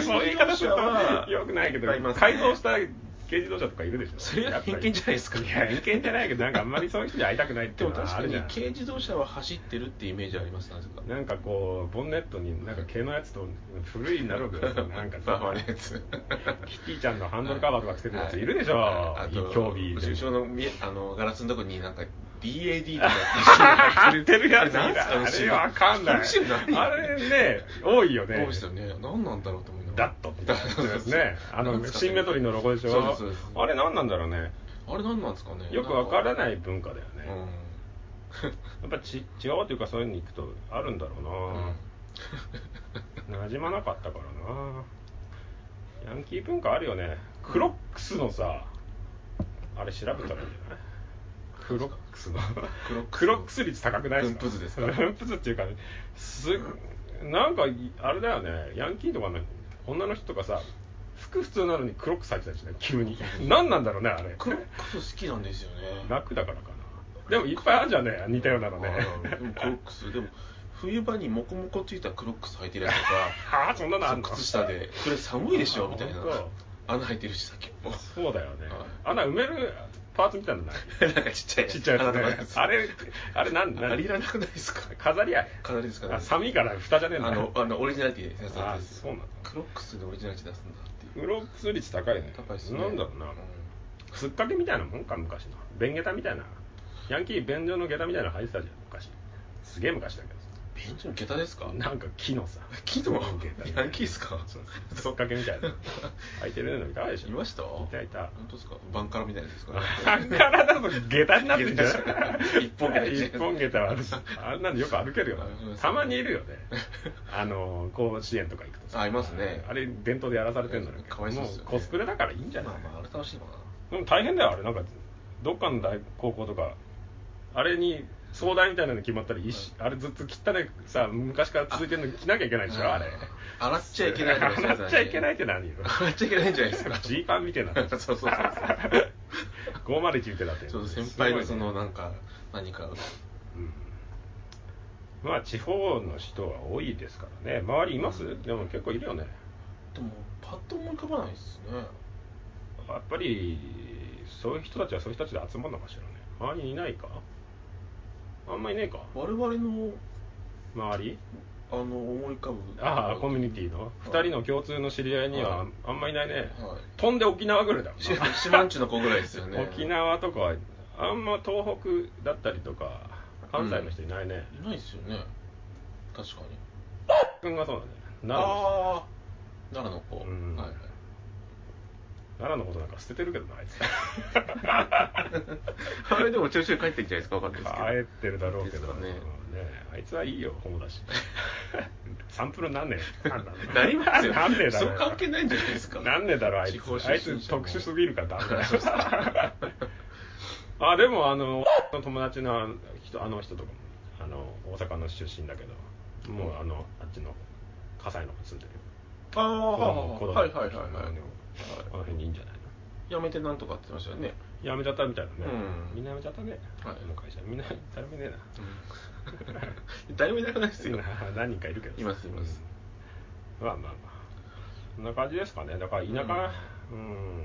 そういう言い方す
軽自
る
動車は
とよくないけ
い
ど
っぱいいますね
改造した軽自動車とかいるでしょ
それは偏見じゃないですか
やっぱりいや偏見じゃないけどなんかあんまりそういう人に会いたくないって
で
いう
も
の
確
はあ
か
るじ
に
ゃん
軽自動車は走ってるってイメージありますなぜか
なんかこうボンネットになんか毛のやつと古いナログなんか
バーバーのやつ
キティちゃんのハンドルカバーとかつけてるやついるでしょ、
はいあと
競技で
後ろのみあのガラスのとこになんか DAD とか
合ってる やつい
あれ
る
なん
あ
す
れ
か
わかんない
後ろ後ろ何
あれね多いよね
どうしたよね何なんだろうと思いながら
ダッ トみたいなやつですねあ
なん
の
ですかね
シンメトリーのロゴでしょ
そうですそうです
あれ何なんだろうね
あれ何なんですかね
よくわからないい文化だよね、
うん
やっぱち違うというかそういうのに行くとあるんだろうな、馴染まなかったからなヤンキー文化あるよねクロックスのさあれ調べたらいいんじゃないクロックスの
クロックスの
クロックス率高くないですか
分布図ですか
分布図っていうかねすなんかあれだよねヤンキーとかの女の人とかさ服普通なのに黒く咲いてたしね急に何なんだろうねあれ
クロックス好きなんですよね
楽だからかなでもいっぱいあるじゃんね似たようなのね
あーでもクロックスでも冬場にモコモコついたクロックス履いてるやつと
ああそんなの
か
あ
そ
ん
の
の
靴下でこれ寒いでしょみたいな
あ本当
穴開いてるしさっきも
そうだよね穴埋めるパーツみたいなのな い
なんかちっちゃい
ちっちゃいや
穴
つ
とかの
ね
やつ
あれあれなん
あれい
何
らなくないですか
飾りや
飾りですかね
あ寒いから蓋じゃねえんだ
あのあのオリジナリティで出す
あ
やつです
そうなんだ
クロックスでオリジナリティ出すんだっていう
フロックス率高いね
高いっすね
なんだろうなすっかけみたいなもんか昔の便下駄みたいなヤンキー便所の下駄みたいなの履いてたじゃん昔すげえ昔だけど
ベンチの下駄ですか
なんか木のさ
木の
下駄
ヤンキーですか
すっかけみたいな履いてるの見たでしょ
いました
いたいた
本当ですかバンカラみたいなやつですか
あんからだと下駄になってんじゃない
一本下駄
一本下駄はあるしあんなのよく歩けるよなたまにいるよねあの甲子園とか行くとさ
あいますね
あれ伝統でやらされてるんだろうけど
かわいそうっすよね
もうコスプレだからいいんじゃない
まあまああれ楽しいのかな
でも大変だよあれなんかどっかの大高校とかあれに総大みたいなの決まったら、いしあれずっと汚ねさ昔から続いてるの着なきゃいけないでしょあれ
洗っちゃいけないとかして
洗
ません
っちゃいけないって 何よ
洗っちゃいけないんじゃないですか
ジーパンみたいな
そうそうそう
501みたいになってる
ちょっと先輩の
す
そ
ごい
の
ね
なんか何か
うんまあ地方の人は多いですからね周りいます、でも結構いるよね
でもパッと思い浮かばないですね
やっぱりそういう人たちはそういう人たちで集まるのかしらね周りにいないかあんまりいねえか
我々の
周り
あの思い浮かぶ
ああコミュニティの
い
2人の共通の知り合いには
はい
あんまいないね
はい
飛んで沖縄ぐらいだもん
し
な
島んちの子ぐらいですよね
沖縄とかはあんま東北だったりとか関西の人いないね
いないですよね確かに
君がそうだね奈良の
ああ奈良の子
うん
はいはい
奈良のことなんか捨ててるけどな あいつ
あれでもちょいちょい帰ってんじゃないですかわかんないですけど
帰ってるだろうけ
で
ど
すかね
ねあいつはいいよホモ だしサンプルなんねえなんだろう
なりますよ
なんねえだ
そ
ろ
う関係ないんじゃないです か
なんでだろうあい
地方出
つ
身
あいつ特殊すぎるからダメだよ
そうそう
あでもあの友達のあの人あの人とかもあの大阪の出身だけどもうあのあっちの葛西の方に住んでるよ
ああ
子供
はいはいはい
子供の
はい
あの辺にいいんじゃないの
やめてなんとかって言ってましたよね
やめちゃったみたいなね、
うん
みんなやめちゃったね、
はい
この会社みんな誰もいねえな
だいぶなくないですよ
何人かいるけどさ
いますいます
うんまあまあまあそんな感じですかねだから田舎うん、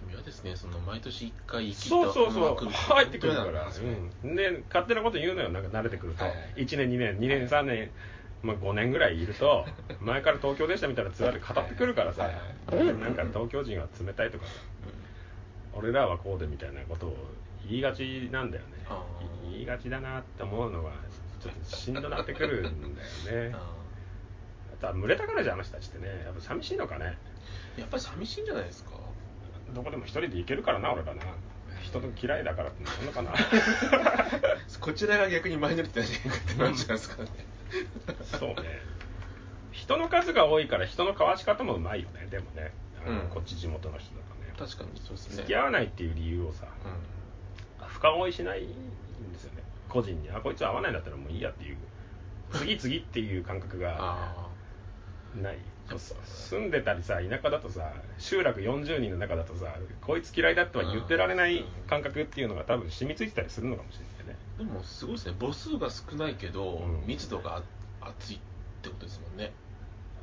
でも嫌ですねその毎年一回生きた
そうそう
まま
そう
来る
入ってくるから
本当に嫌なんですよね、
うん、で勝手なこと言うのよなんか慣れてくると、
はいはい
1年2年2年3年、まあ、5年ぐらいい ると前から東京でしたみたいなツアーで語ってくるからさ、
はいはい
なんか東京人は冷たいとかさ俺らはこうでみたいなことを言いがちなんだよね
あー
言いがちだなって思うのがちょっとしんどなってくるんだよ
うん
ね
あ
あとは群れたからじゃんあの人たちってねやっぱ寂しいのかね
ーやっぱり寂しいんじゃないですか
どこでも一人で行けるからな俺らな人の嫌いだからってなんのかな
こちらが逆にマイノリティなんじゃないかってなっちゃうんですかね
そうね人の数が多いから人の交わし方もうまいよねでもね、あの
うん
こっち地元の人だとね
確かにそうですね
付き合わないっていう理由をさ深追いしないんですよね個人にあこいつ合わないんだったらもういいやっていう次々っていう感覚
うん、
が
あ
ない
そう
住んでたりさ田舎だとさ集落40人の中だとさこいつ嫌いだとは言ってられない感覚っていうのが多分染みついてたりするのかもしれないね
あでもすごいですね母数が少ないけど、
うん
密度が厚いってことですもんね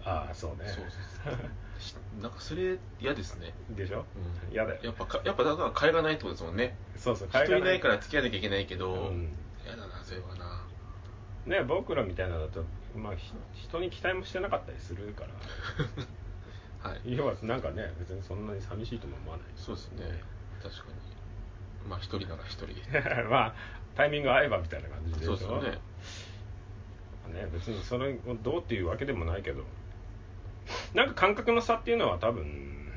ああそうね
そうそうしなんかそれ嫌ですね、
でしょ
うん
嫌だよ
やっぱかやっぱだから替えがないってことですもんね
そうそう
人いないからら付き合わなきゃいけないけど、
うん
嫌だなそれはな
ね僕らみたいなのだと、まあ、ひ人に期待もしてなかったりするから
はい
要はなんかね別にそんなに寂しいとも思わない
そうですね確かにまあ一人なら一人
まあタイミング合えばみたいな感じでし
そう
ょ
ですよね
ね別にそれをどうっていうわけでもないけどなんか感覚の差っていうのは多分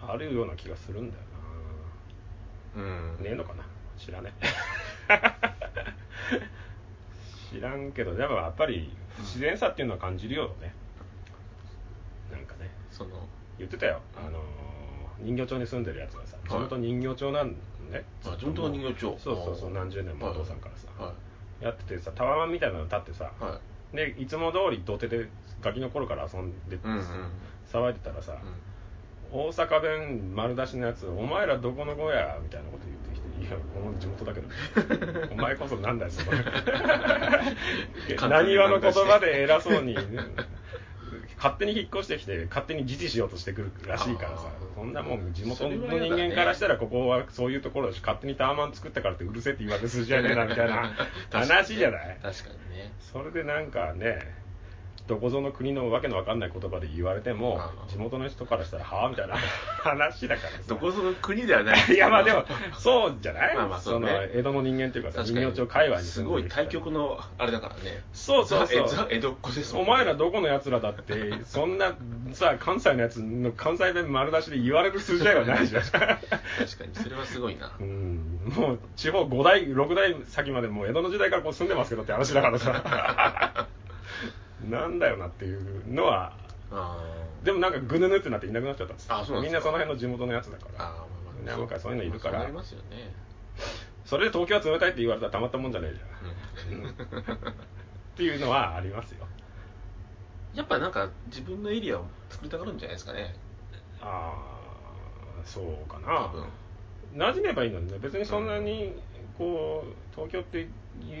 あるような気がするんだよ
うん
なねえの かな知らねえ知らんけどでもやっぱり不自然さっていうのは感じるよねなんかね
その
言ってたよあのー人形町に住んでるやつがさ
い
地元人形町なんだね、
あ地元の人形町
そうそうそう
あー
何十年もお父さんからさ、
は
やっててさタワマンみたいなの立ってさ、
いはい
でいつも通り土手でガキの頃から遊んでて、
うんうん
騒いでたらさ、大阪弁丸出しのやつ「お前らどこの子や」みたいなこと言ってきて「いやこの地元だけど お前こそなんだよそこ何話の言葉で偉そうに、勝手に引っ越してきて勝手に自治しようとしてくるらしいからさ
あー
そんなもん地元の
それは嫌
人
だね
間からしたらここはそういうところだし勝手にタワマン作ったからってうるせえって言われ すじゃねえなみたいな話じゃない
確かにね
それでなんかねどこぞの国のわけのわかんない言葉で言われても
ああ
地元の人からしたらはあみたいな話だからさ
どこぞの国ではない
いやまあでもそうじゃない、
まあまあそうね
の江戸の人間っていうかさ
確
人
か
形
に
町界隈に
す
住ん
ご
で
い
る人
対局のあれだからね
そうそうそう
ザザ江戸っ子ですもん
お前らどこのやつらだってそんなさ関西のやつの関西弁丸出しで言われる数字合いはないじゃん
確かにそれはすごいな
うんもう地方5代6代先までもう江戸の時代からこう住んでますけどって話だからさ なんだよなっていうのは
あ
でもなんかぐぬぬってなっていなくなっちゃったんです
あそうなん
み
で
ん
すか
なその辺の地元のやつだか
ー
ら
あー
ね僕はそういうのいるから
そうなりますよね
それで東京は冷たいって言われたらたまったもんじゃねえじゃん、っていうのはありますよ
やっぱなんか自分のエリアを作りたがるんじゃないですかね
ああそうか
多
な
分
馴染めばいいのにね別にそんなにこう東京っていう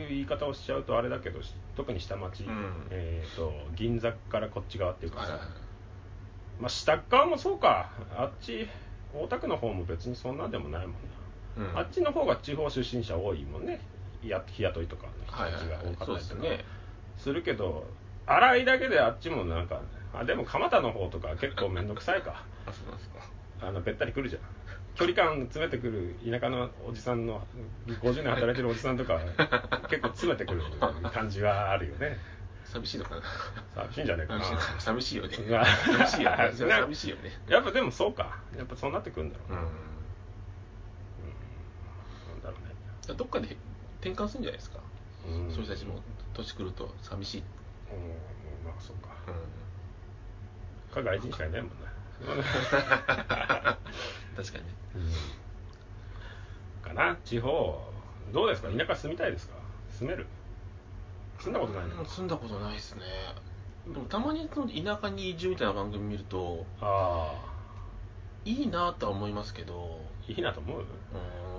言い方をしちゃうとあれだけどし特に下町、
うん
えー、と銀座からこっち側っていうか
はい
さ、
はい
まあ、下っ側もそうかあっち大田区の方も別にそんなでもないもんな
うん
あっちの方が地方出身者多いもんねや日雇いとかの人
はい
た
は
ち
い
が
はい
多か
そうで
ったり
す
と
よ
か
ね
するけど洗いだけであっちもなんかあでも蒲田の方とか結構面倒くさいか
あそうなんですか
あのべったり来るじゃん距離感詰めてくる田舎のおじさんの50年働いてるおじさんとか結構詰めてくる感じはあるよね
寂しいのかな
寂しいんじゃないかな
寂しい寂しいよね
うわ
寂しい よね
それは
寂しいよね
やっぱでもそうかやっぱそうなってくるんだろ
う
うな、
ん
なんだろうね
どっかで転換するんじゃないですか
うん
そういう人たちも年来ると寂しい、
うんまあそうか
うん、
か外人しかいないもんね
確かにね
かな地方どうですか田舎住みたいですか住める住んだことないね
うん住んだことないですねでもたまにその田舎に移住みたいな番組見ると
あ
いいなとは思いますけど
あいいなと思う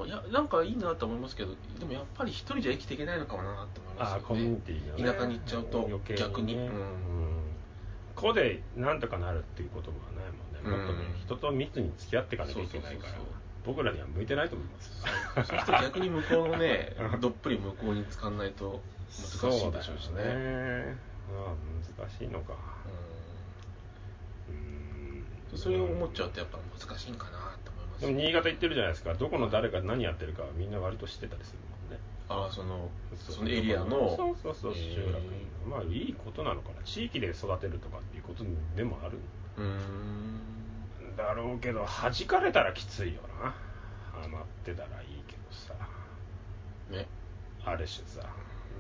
うんいやなんかいいなと思いますけどでもやっぱり一人じゃ生きていけないのかもなって思いますよ
ああ
ね
コミュニティが、ね、
田舎に行っちゃうと
余計
逆に
ね
うん
ここでなんとかなるっていうことはないもんねもっとね、
うん
人と密に付き合っていかなきゃいけないから
そうそうそうそう
僕らには向いてないと思います
そうすると逆に向こうのねどっぷり向こうに使わないと難しいでしょうし
そだ
ね
よねああ難しいのかう
うんんそれを思っちゃうとやっぱ難しいんかなと思います
でも新潟行ってるじゃないですかどこの誰が何やってるかみんな割と知ってたりするもんね
ああそのそのエリアの
そうそうそう集落、
え
まあいいことなのかな地域で育てるとかっていうことでもある
ーうーん
んだろうけど弾かれたらきついよなハマってたらいいけどさ
ね
ある種さ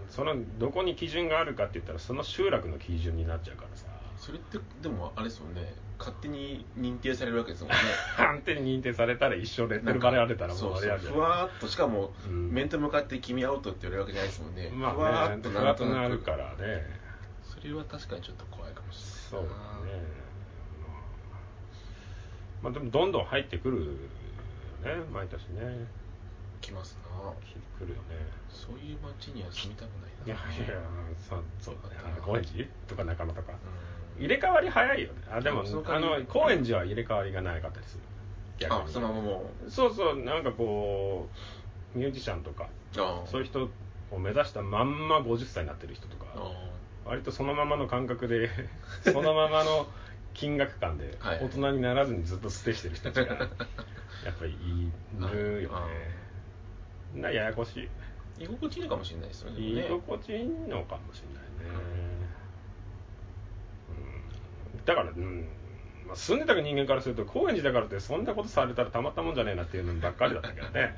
そのどこに基準があるかって言ったらその集落の基準になっちゃうからさ
それってでもあれですもんね勝手に認定されるわけ ですもんね
判定に認定されたら一生レッテルバレられたらもう
そ
あ
うそ
れや
う
る
ふわーっとしかも、
うん
面と向かって君アウトって言われるわけじゃないですもんね、
ま
ふわ
あ
ーっ
ね
と
ふわ
な
っ
ん
と
と
な
な
る
く
からね
それは確かにちょっと怖いかもしれ
そう
な
だ
い
ね
な
まあでもどんどん入ってくるよね毎年ね
来ますな
来るよね
そういう街には住みたくないない
やいやそうそうだねあ高円寺とか中野とか
うん
入れ替わり早いよねあでも
あその
あ
代わり
の高円寺は入れ替わりがなかったりする
あそのままもう
そうそうなんかこうミュージシャンとか
ああ
そういう人を目指したまんま50歳になってる人と
あ
か割とそのままの感覚で そのままの金額感で
はい
大人にならずにずっとステイしてる人 たちがやっぱりいるよ
あ
ねなややこしい
居心地いいのかもしれないですよね
居
でもね
心地いいのかもしれないね、うん、だから、うんまあ、住んでた人間からすると高円寺だからってそんなことされたらたまったもんじゃねえなっていうのばっかりだったけどね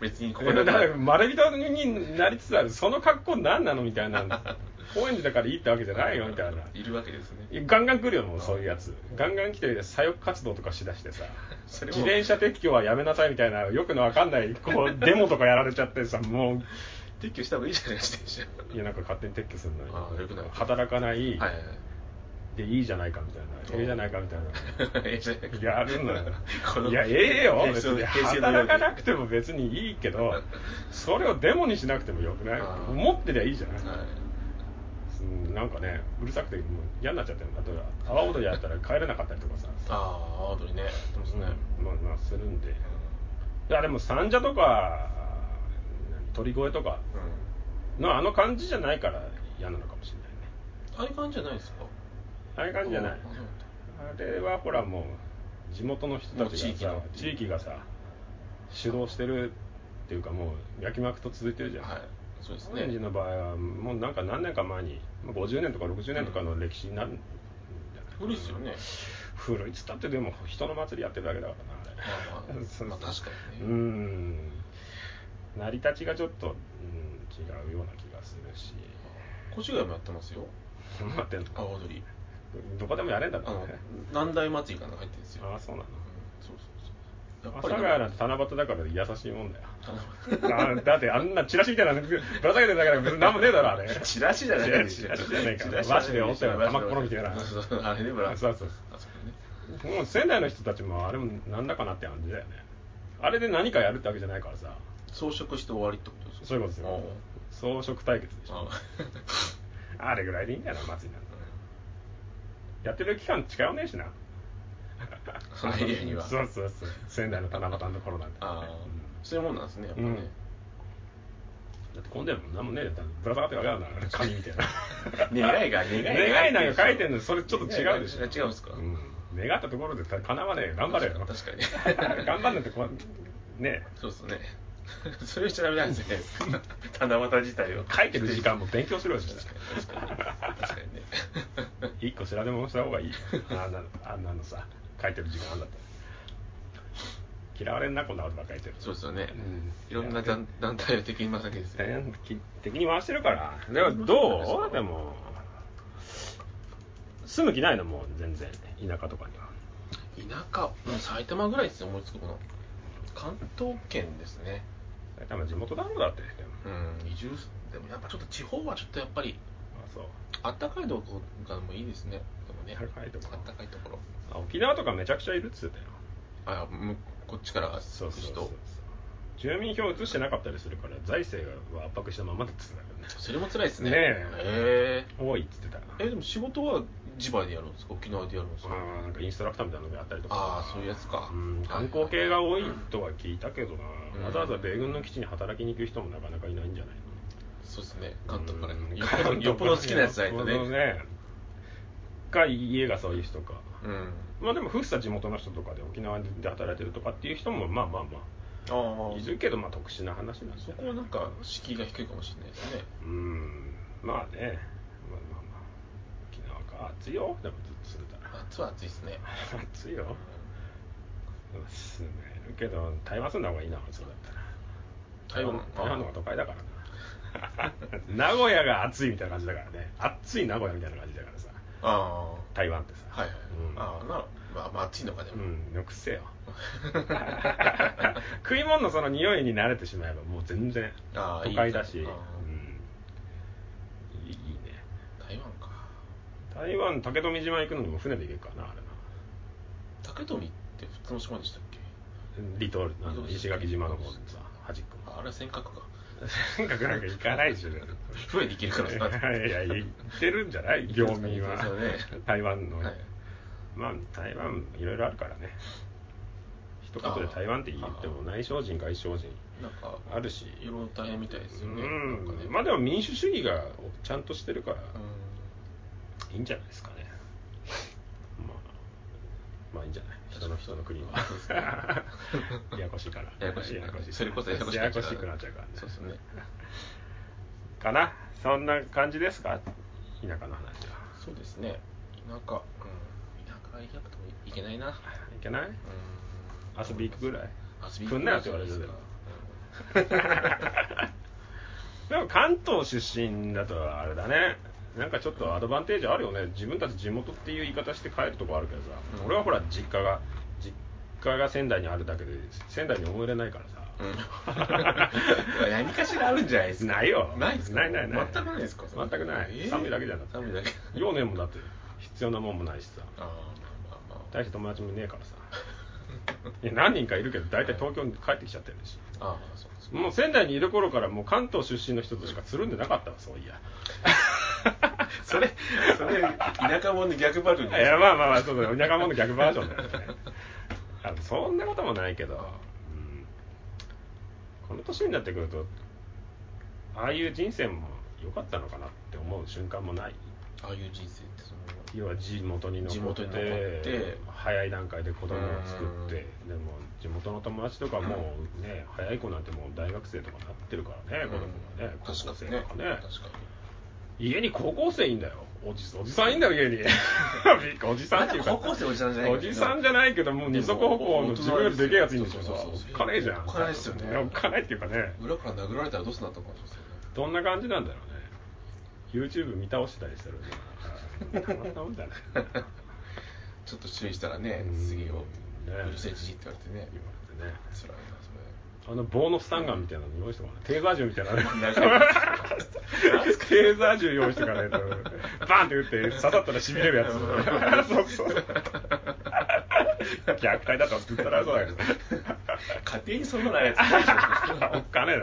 別に ここ
だ
だ
か
から
ら丸人になりつつあるその格好何なのみたいな 高円寺だからいいってわけじゃないよみたいない
るわけですね
ガンガン来るよもうそういうやつガンガン来て左翼活動とかしだしてさ
それも
自転車撤去はやめなさいみたいなよくのわかんないこうデモとかやられちゃってさもう
撤去した方がいいじゃない自転車
いやなんか勝手に撤去するのに
あーよくない
働かない、
はい
でいいじゃないかみたい
お
なええじゃないかみたい な
はいはいええじゃないか
やるのよ
この
いやええよ
平成
別
の
に
平成のよう
働
に
かなくても別にいいけどそれをデモにしなくてもよくない
あー
思ってりゃいいじゃない、
はい
うんなんかねうるさくてもう嫌になっちゃってるあと阿波踊りやったら帰れなかったりとかさ
ああアワードにねそうですね、
うんまあまあするんでいやでも三者とか鳥越とか
うん
のあの感じじゃないから嫌なのかもしれないね
ああいう感じじゃないですか
ああいう感じじゃない
あそうなんだ
あれはほらもう地元の人たちがさ
もう地域の
地域がさ主導してるっていうかもう焼きまくと続いてるじゃん、
はいそうです
オレンジ
ね
の場合はもうなんか何年か前にまあ50年とか60年とかの歴史になるんじゃない
古いですよね
古いっつったってでも人の祭りやってるだけだからな
まあ
あれ、そう
まあ、確かに
う
ね、
ん成り立ちがちょっと、うん、違うような気がするし
越谷もやってますよ
待ってんの
阿波踊り
どこでもやれんだ
あ
ろう
の
ね
南大祭りかなんか入ってるんですよ、
ああそうなの
うんそうそうそう
阿
やっ
佐
ぱ
ヶ
りな
谷なんん
か
て七夕だから優しいもんだよ
あ
あだってあんなチラシみたいなのぶら下げてるだけで別に何もねえだろあれ
のチラシじゃない
チラシじゃないから和紙で折ったような玉っころみたいな
そうそう あれでもな
そうそう
あそこね
もう仙台の人たちもあれもなんだかなって感じだよねあれで何かやるってわけじゃないからさ
装飾して終わりってことですか
そういうことです
あ
よ装飾対決でし
あ
ょあれぐらいでいいんだよな祭りなんだやってる期間近寄んねえし な
そのエリアには
そうそうそう仙台の七夕の頃なんて、
あーそういうもんなんですねやっぱ
う
ね
んだって混んでるもんなんもねえよぶら下がってるわ けなんだから紙みたいな
願いが願いが
願いなんか書いてんのそれちょっと違うでしょ
願いが違うんですか
ん、願ったところでかなわねえよ頑張れよ
確かに
頑張んなってこうね
そうですね それしちゃダメなんですね七夕自体を
書いてる時間も勉強しろよ
確 かに確かに確かにね
一個調べ物した方がいいあんなのあんなのさ書いてる時間あんだって嫌われんなこんなことばっかり書いてる
そうですよね
うん
いろんな団団体を敵に回すわけですよ
全部き敵に回してるからでもどうでも住む気ないのもう全然田舎とかには
田舎うん埼玉ぐらいですね思いつくもの関東圏ですね
埼玉地元だろうだってでも
うん移住すでもやっぱちょっと地方はちょっとやっぱり
あそう
あったかいとこがもういいですねでもね
あったかいとこ
あったかいところ
あ沖縄とかめちゃくちゃいるっつってたよ
あむこっちから行く人
住民票移してなかったりするから財政は圧迫したままだっつってたからね
それも辛いですね
ね
え
多いっつってた
ええでも仕事は地場でやるんですか沖縄でやるんです
あ
か
ーなんかインストラクターみたいなのがあったりとか
ああそういうやつか
うん観光系が
い
多いとは聞いたけどな、
うん
わざわざ米軍の基地に働きに行く人もなかなかいないんじゃないの
そうですね関東から
うん
よっぽどよっぽど好きなやつないとね
よっぽどねか家がそういう人か
うん
まあでもふっさ地元の人とかで沖縄で働いてるとかっていう人もまあまあま
あ
あいるけどまあ特殊な話なんです
そ
よ
こはなんか敷居が低いかもしれないですね
うんまあねまあまあまあ沖縄か暑いよでもずっとするから
夏は暑いですね
暑いよ住めるけど台湾住んだ方がいいなそうだったら
台湾
台湾の方が都会だからな 名古屋が暑いみたいな感じだからね暑い名古屋みたいな感じだからさ
あ
台湾ってさ
あはいはい
うん
ああならまあまあ暑いのかで
う
も
んよくせえよ 食い物のその匂いに慣れてしまえばもう全然
ああ
都会だし
いいね
うんいいいいね
台湾か
台湾竹富島行くのにも船で行けるからなあれな
竹富って普通の島でしたっけ
離島あの石垣島の方のさ端っこ
ああれ尖閣か
なんかなんか行かないでしょ
船で行けるから
い
さ
やいや行ってるんじ ゃない業民は
そうね
台湾の、
はい
まあ台湾いろいろあるからね一言で台湾って言っても内省人外省人
なんか
あるし
いろいろ大変みたいです
う
よねなんかね
んまあでも民主主義がちゃんとしてるから
うん
いいんじゃないですかねまあまあいいんじゃない人の人の国は ややこしいから
ややこしい
ややこしい
それこそややこしく
や
な
や
っちゃ
こ
う
しくなっちゃうからね
そうですね
かなそんな感じですか田舎の話は
そうですね田舎うん田舎行かなくてもいけないない
けない
うん
遊び行くぐらい
遊び行
く
く
ん
ぐ
な
らい
よって言われる
で
です
か
でも関東出身だとあれだねなんかちょっとアドバンテージあるよね自分たち地元っていう言い方して帰るとこあるけどさ、
うん
俺はほら実家が実家が仙台にあるだけで仙台に思い入れないからさ、
うん何かしらあるんじゃないですか
ないよ
ないですか
ないないない
全くないですか
全くない寒いだけじゃなくて
寒いだけ
幼年もだって必要なもんもないしさ
ああまあまあまあ
大して友達もいね えからさいや何人かいるけど大体東京に帰ってきちゃってるし
ああそうです
もう仙台にいる頃からもう関東出身の人としかつるんでなかったわそういや
それそれ田舎者の逆バージョン
い
じゃない
やまあまあまあそうだよ田舎者の逆バージョンだよねあのそんなこともないけど、うん、この年になってくるとああいう人生も良かったのかなって思う瞬間もない
ああいう人生ってその
要は地元に残って
地元に残って
早い段階で子供を作ってでも地元の友達とかもうね早い子なんてもう大学生とかなってるからね子供がね高
確
校
か
生
に
と
ね
か
確
ね
かに
家に高校生いんだよおじおじさんいんだよ家に おじさんっていうか
まだ高校生おじさんじゃない
おじさんじゃないけどもう二足歩行の自分よりでけえやついんでしょさ
そうそうそう
おっかねえじゃん
おっかないっすよね
やおっかないっていうかね
裏から殴られたらどうすんなったかもしれないですよね
どんな感じなんだろうね YouTube 見倒してたりしてるのかなたまったも んだね
ちょっと注意したらね
うん
次を
ね
「うるせえじじい」って言われてね
言われてね
辛いなそ
あの棒のスタンガンみたいなの用意してもらってテーザー銃みたいなの
なん
テーザー銃用意してかないとバンって打って刺さったらしびれるや つそうそう虐待だとぶったらそうだけど
れ家庭にそんなのあるやつないでしょ
おっかねえ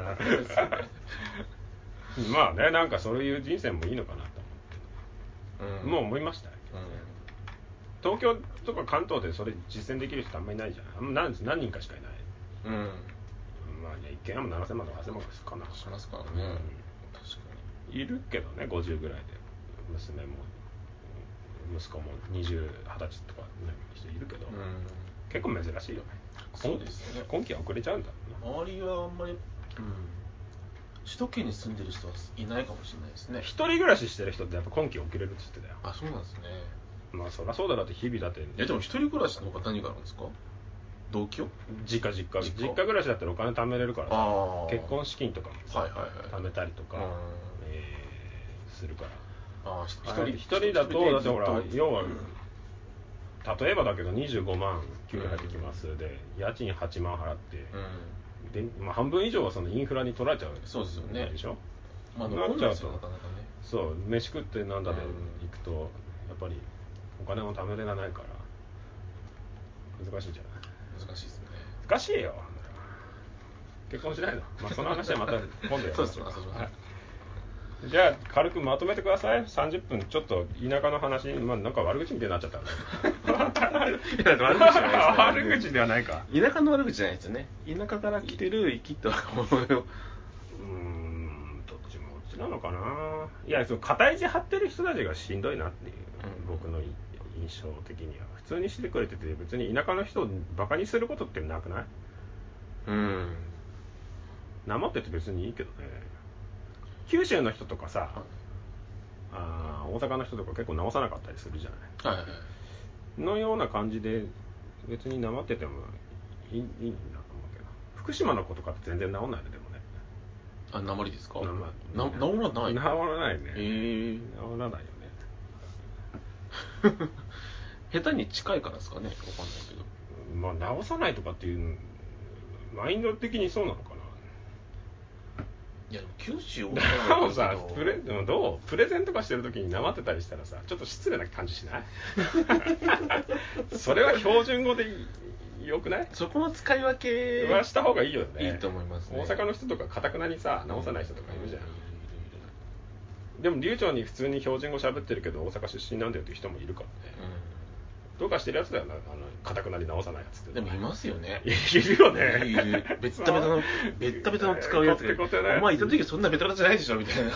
なまあねなんかそういう人生もいいのかなと思って、
ん
もう思いましたよ
う
東京とか関東でそれ実践できる人あんまりいないじゃんあんま何何人かしかいない
んうん
まあいや1件はもう7000万とか8000万かな
しますからね確か
いるけどね50ぐらいで娘もうん息子も2020歳とかね人いるけど、
にうん
結構珍しいよね
そうですよね
今今期は遅れちゃうんだろうな
周りはあんまりうん首都圏に住んでる人はいないかもしれないですね
一人暮らししてる人ってやっぱ今期遅れるって言ってたよ
あそうなんですね
まあそりゃそうだなって日々だって
えでも一人暮らしの方が何があるんですか同居
実家実家
実
実
家
家暮らしだったらお金貯めれるからさ
あー
結婚資金とかもさ、
はいはいはい
貯めたりとか
うん、
えーするから
ああ一
あれ
人
一人だとだってほら要は、
うん
例えばだけど25万給料入ってきますで、家賃8万払って、
う
でまあ、半分以上はそのインフラに取られちゃうわけ
んそうですよね
でしょ
まあ
な
残っ
っち
ちゃ
ゃ
う
う
と
と
なかなかね
そう飯食ってなんだで
うん
行くと、やっぱりお金も貯めれがないから難しいんじゃない
難しいですね
難しいよあんた結婚しないの、まあ、その話はまた今度やり
そう
ま
です
しょ
ね
う
あそうそう
はいじゃあ軽くまとめてください30分ちょっと田舎の話まあなんか悪口みたいになっちゃったね
いや悪口じゃないですね
悪口ではないか
田舎の悪口じゃないですよね田舎から来てる生きった若者を
うーんどっちもどっちなのかないやその片意地張ってる人たちがしんどいなっていう、
うん
僕のい印象的には普通にしてくれてて別に田舎の人をバカにすることってなくない
うん
なまってて別にいいけどね九州の人とかさあー大阪の人とか結構直さなかったりするじゃない
はいはい
のような感じで別になまっててもいいいいなと思うけど福島の子とかって全然直んないねでもね
あ鉛ですか
なま
な治らない
直らないね、
ええ
直らないよね
下手に近いからですかねわかんないけど
まあ直さないとかっていうマインド的にそうなのか
いやでも九州大
なでもさプレ
ン
でもどうプレゼントとかしてる時になまってたりしたらさちょっと失礼な感じ しないそれは標準語でよくない
そこの使い分け
はした方がいいよね
いいと思いますね
大阪の人とかかたくなにさ直さない人とかいるじゃん、でも流暢に普通に標準語喋ってるけど大阪出身なんだよっていう人もいるからねどうかしてるやつだよなあのかたくなに直さないやつっ
う
て
んでもいますよね
いるよね
いるベッタ ベタのベッタベタの使うやつ
コテコテのや
がお
つ
前いた時そんなベタベタじゃないでしょみたいな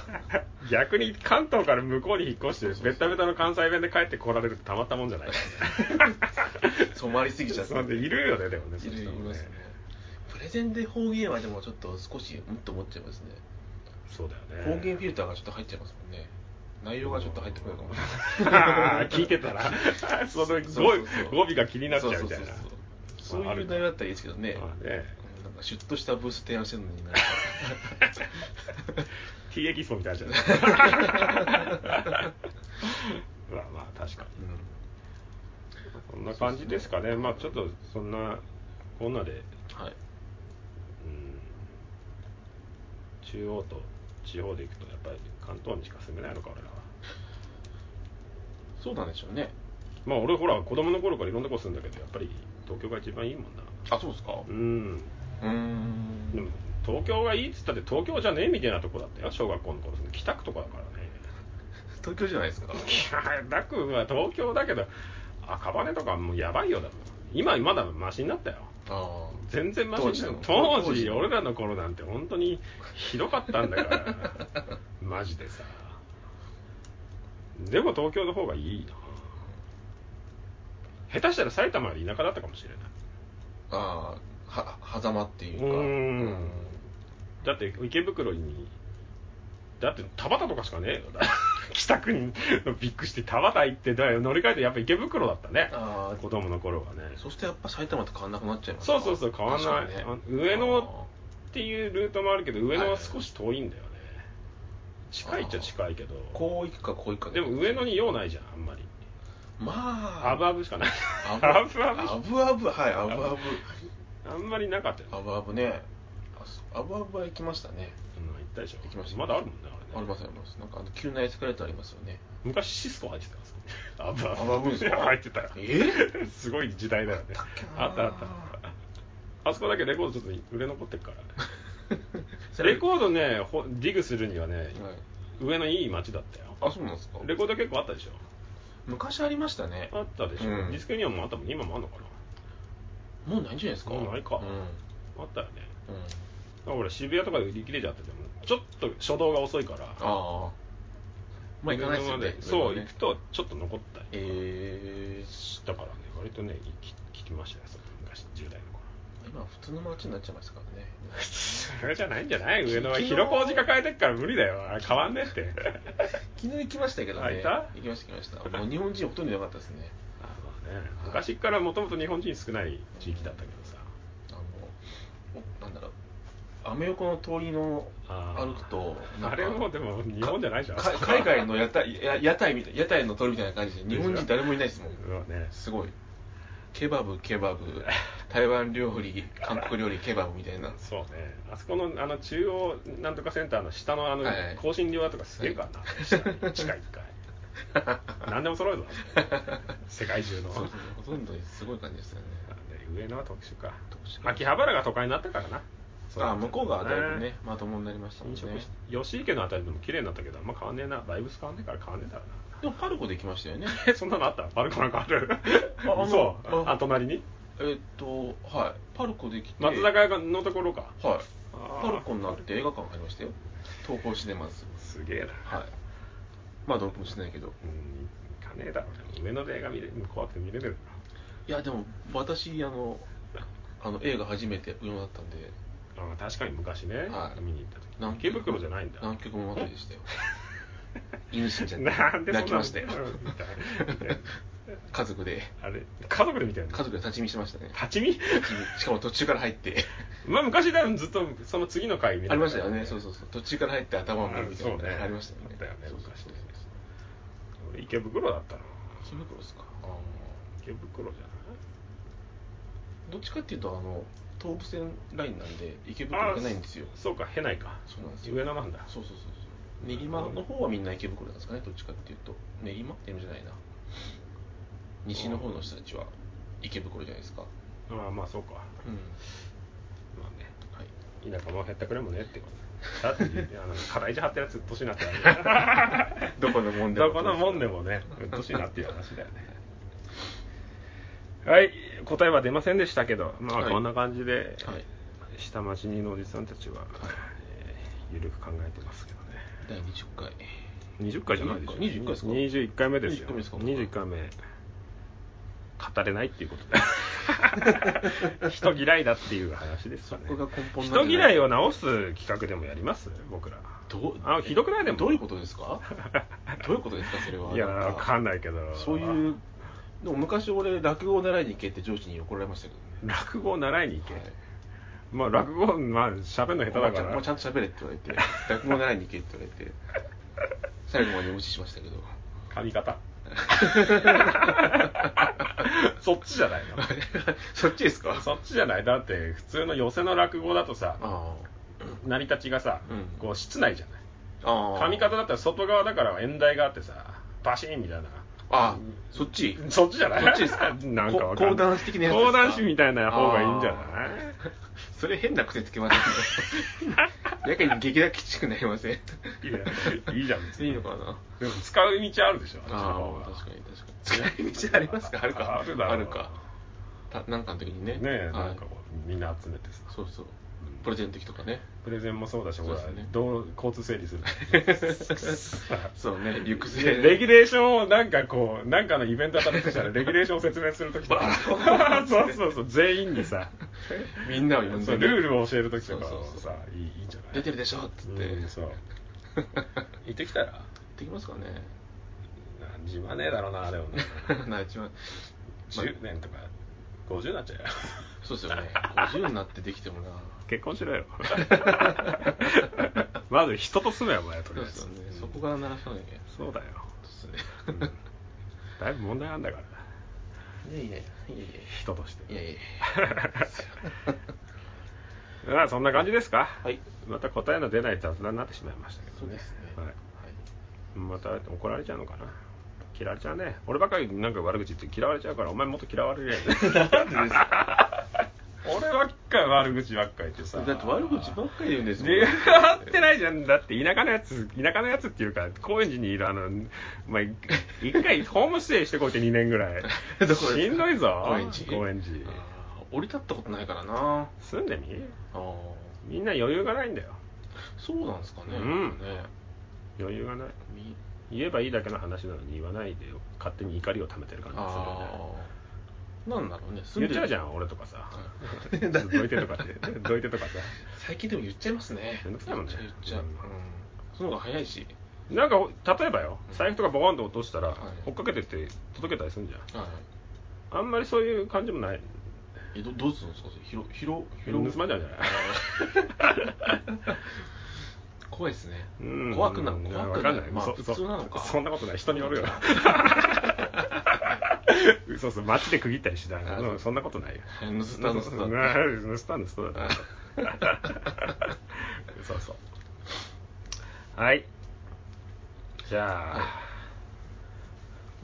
逆に関東から向こうに引っ越してベッタベタの関西弁で帰ってこられるとたまったもんじゃないからね
染まりすぎちゃって
そうでいるよねでもね
い
そう
る
い
い
う人も
ますねプレゼンで方言はでもちょっと少しうんと思っちゃいますね
そうだよね
方言フィルターがちょっと入っちゃいますもんね内容がちょっと入ってこないかもしれ
あ
ない
ー 聞いて たらその語
そうそう
語尾が気になっちゃうみたいな
そうそうそうそうそういう内容だったらいいですけどね
まあね
なんかシュッとしたブース提案してるのにな
T エキスポみたいなやつ じゃないまあまあ確かに
うん
こんな感じですかねまあちょっとそんなこんなで、
はい
うん、中央と地方で行くとやっぱり関東にしか住めないのか俺らは
そうなんでしょうね
まあ俺ほら子供の頃からいろんなとこ住んだけどやっぱり東京が一番いいもんな
あそうですか
うん
うーん
でも東京がいいっつったって東京じゃねえみたいなとこだったよ小学校の頃その北区とかだからね
東京じゃないです か
北区は東京だけど赤羽とかもうやばいよだもん今まだマシになったよ
あ
全然マシにな
当
った
時の
当
当時
時
の
俺らの頃なんて本当にひどかったんだから マジでさでも東京の方がいいな下手したら埼玉より田舎だったかもしれない
あああは狭間っていうか
うーんだって池袋にだって田畑とかしか ねえよだ北区にビックして田畑行ってだよ乗り換えてやっぱ池袋だったね
あ
子供の頃はね
あそしてやっぱ埼玉と変わんなくなっちゃいます
そうそうそう変わんない、
確
あ
かにね
上野っていうルートもあるけど上野は少し遠いんだよね、近いっちゃ近いけど
ああこう行くかこう行くか
でも上野に用ないじゃんあんまり
まあ
あぶあぶしかない
あぶ
あぶあ
あぶあぶはいあぶあぶ
ぶあんまりなかったよね
あぶあぶねあそうあぶあぶは行きましたね
うん行ったでしょ
行きました
まだあるもんねあれね
ありますありますなんかあの急なエスカレーターありますよね
昔シスコ入ってたんですよあぶあ
あぶあぶですか
入ってたよ
え
すごい時代だよねあったあったあったあそこだけレコードちょっと売れ残ってるから レ
ー
コードねほディグするにはね、
はい
上のいい街だったよ
あそうなんですか
レコード結構あったでしょ
昔ありましたね
あったでしょ、
うん
ディスクにはもうあったもん今もあんのか
もうないんじゃないですか
もうないか
うん
なあったよね
うん
だから俺渋谷とかで売り切れちゃっててもちょっと初動が遅いから
ああまあ行かないですよね
そう、
上野
行
ね
くとちょっと残ったり
え
したからね割とね聞き聞きましたよそれ昔10代の頃
ー、今普通の街になっちゃいますからね
それじゃないんじゃない上野は広小路抱えてっから無理だよあれ変わんね えって
昨日行きましたけど
あ
ね
いた
行きました行きましたもう日本人ほとんどいなかったですね
あまあね、昔からもともと日本人少ない地域だったけどさ、
あのおなんだろうアメ横の通りの
あー
歩くとなんか
あれもでも日本じゃないじゃん、
か海外の屋台や屋台みたい屋台の通りみたいな感じで日本人誰もいないですもん
うんね、
すごいケバブケバ ブ台湾料理韓国料理ケバブみたいな
そうね、あそこのあの中央なんとかセンターの下のあの
はいはい
香辛料屋とかすげえからな、下に 地下1階、なんでも揃えるぞ、世界中の、
そうそうほとんどすごい感じですよね
あね上野は特殊か、
特殊
秋葉原が都会になったからな、
ああ向こうがだいぶね、まともになりましたもん
飲
ね
食し、吉池のあたりでも綺麗になったけど、あんま変わんねえな、バイブス変わんねえから変わんねえだろうな。
でもパルコできましたよね
えそんなのあったバルコなんかある
ああの
そう
あ
あ隣に
えーっとはいパルコできて
松
はい
坂屋のところかあー
パルコになって映画館入りましたよ東宝シネマズ
すげえな
はいまあどうもしないけど
うん行かねえだろうな上野で映画見れ怖くて見れねえだろ
いやでも私あのあの映画初めて上野だったんで
あー確かに昔ね、
はい
見に行った
南
時
極
池袋じゃないんだ
南極もまたでしたよ犬死んじゃって
なんでそんな
泣きましたよ
うん痛い
家族で
あれ家族で見たよね
家族で立ち見しましたね
立ち見
立ち見しかも途中から入って
まあ昔だよずっとその次の回見
ありましたよね、
そ
そううそうそう、途中から入って頭を見るみたいな、
うんそうね
ありましたよ
あ
ね。
ったよね
そうそう
昔
そう
ね俺池袋だったな
池袋ですか。
池袋じゃない
どっちかっていうと、あの、東武線ラインなんで、池袋行けないんですよ
あ。ーそうかへないか
そうなんですよ。
上野なんだ
そうそうそうそう。練馬の方はみんな池袋なんですかね、どっちかっていうと、練馬っていうんじゃないな。西の方の人たちは池袋じゃないですか。
ああまあそうか
うん。
まあね
はい。
田舎も減ったくれもねってことだってあの課題じゃ張ってるやつうっとしいなって話
どこのも
どこのもんでもねうっとしいなっていう話だよねはい答えは出ませんでしたけどまあ
はい
こんな感じで、
はい。
下町にいるおじさんたちは、えー、ゆるく考えてますけどね
第20回。
20回じゃないでしょ
21回ですか
21回目です
21
よ
回目ですか
21回目語れないってい うことで人嫌いだっていう話ですかね
そこが根本な
人
んじゃな
嫌
い
いを直す企画でもやります僕ら
どう
あひどくないでも
どういうことです かどういうことですかそれはい
や
な
わ
ん
かんないけど
そういうでも昔俺落語を習いに行けって上司に怒られましたけ
落語を習いに行け、
どね、はい
まあ落語まあ喋るの下手
お前
だ
ちゃ
か
んお
ら
前ちゃんと喋れって言わ れて落語を習いに行けって言わ れて最後まで無視しましたけど
髪型そっちじゃないの
そっちですか
そっちじゃないだって普通の寄せの落語だとさ
あ
成り立ちがさ、
うん
こう室内じゃない
ーあー
上方だったら外側だから演台があってさパシーンみたいな
あそっち
そっちじゃない
そっちですか
なんかわかんない
講談師的なやつですか
講談師みたいな方がいいんじゃない
それ変な癖つけません ねなんか劇団きちくなりません
いやいいじゃん別に
いいのかな
でも使う道あるでしょ
ああ確かに確かに使い道ありますかあるか
あるだろう
あるかたなんかの時にね
ねえ
はい
なんかこうみんな集めてさ
そうそうプレゼンの時とか ね
プレゼンもそうだし
そう
ほ
で
ら
すね
どう交通整理する
そうね行く
いや
ぜ
レギュレーションをなんかこうなんかのイベント当たったとしたらレギュレーションを説明するときとか そうそうそう全員にさ
みんなを呼んでね
そうルールを教えるときとか
そう
を
そうそ
さいいいいんじゃない
出てるでしょっつって
う んそう行ってきたら
できますかね
何時 まねえだろうなでもね
な一番
10年とか50になっちゃうよ
そうですよね50になってできてもな
結婚 しろよまず人と住めよお前は
そ
と
う
りあえ
で
ず
すよねそこから鳴らさなきゃいけない
そうだよ、
そう
う
で
んだいぶ問題あんだから
すねいやいやいやい
人として
やいや いやいや
まあそんな感じですか、
はい
また答えの出ない雑談になってしまいましたけ
そ
ど
う
ね
ですね
はい、また怒られちゃうのかな嫌われちゃうね俺ばっかりなんか悪口言って嫌われちゃうからお前もっと嫌われるやん
なんでですか
俺ばっかり悪口ばっかり言ってさ
だって悪口ばっかり言うんですもん
出 会ってないじゃんだって田舎のやつ田舎のやつっていうか高円寺にいるあのまあい一 回ホームステイしてこいって2年ぐら
ど
い
こですか
しんどいぞ
高円寺
高円寺
あー降り立ったことないからな
住んでみ
あー
みんな余裕がないんだよ
そうなんですかね
うん
なんかね
余裕がない
み
言えばいいだけの話なのに言わないでよ勝手に怒りを溜めてる感じがするよね
ああなんだろうね
言っちゃうじ
ん
ゃん俺とかさ
うん
どいてとかってどいてとかさ
最近でも言っちゃいますね
めんどくさいもんね
言っちゃう言っちゃう、
う
うんん、その方が早いし
なんか例えばよ財布とかボコンと落としたら、
はい
追っかけてって届けたりするんじゃん
は
あんまりそういう感じもない
いえどどうするんですかそれ広広
盗まれ
広
ちゃうんじゃない
怖いです ね、
うん
怖くな
うん
怖
わ
く
か
なんい
ない、
まあ
そ
普通なのか
そそんなことない人による よ嘘そう街で区切ったりしない
あ
うんそんなことないよ
盗んだ盗んだ
うん盗んだ盗んだそうそうはいじゃあ、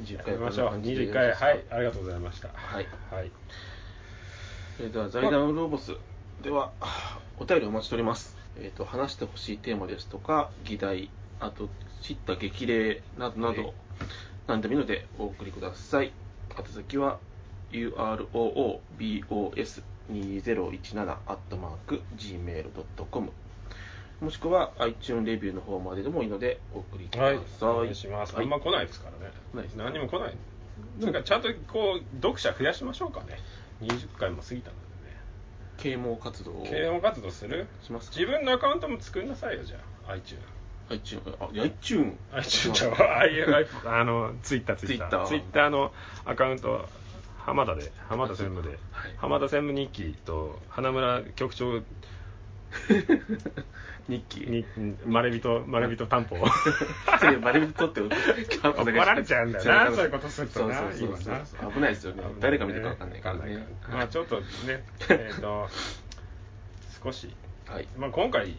20
やりまし
こ
ょ
んな
う
感じで
21回はいありがとうございました
はい、
はい、
えー、では財団ウローボスではお便りお待ちしております、えー、と話してほしいテーマですとか議題あと知った激励などな
はい
ど何でもいいのでお送りください宛先は uroobos2017 アットマーク gmail.com もしくは iTune レビューの方まででもいいのでお送りください、
お願いします、
はい
あんま来ないですからね
来ないです
何も来ないなんかちゃんとこう読者増やしましょうかね20回も過ぎたの
啓蒙活動を
でね啓蒙活動する
します
自分のアカウントも作んなさいよじゃあ iTune
iTune あ iTune
iTune ちゃうわ iPhone あのツイッターツイッタ
Twitter
ーツイッターのアカウント浜田で浜田専務で、
はい
浜田専務日記と花村局長
日記
にまれびとまれびと担保
それバレビ取って怒
怒られちゃうんだよなそういうことするとな
そうそうそう
今
そう危ないですよね誰が見てるかわかんないから
わ
ね
からまあちょっとね えっと少し
はい
まあ今回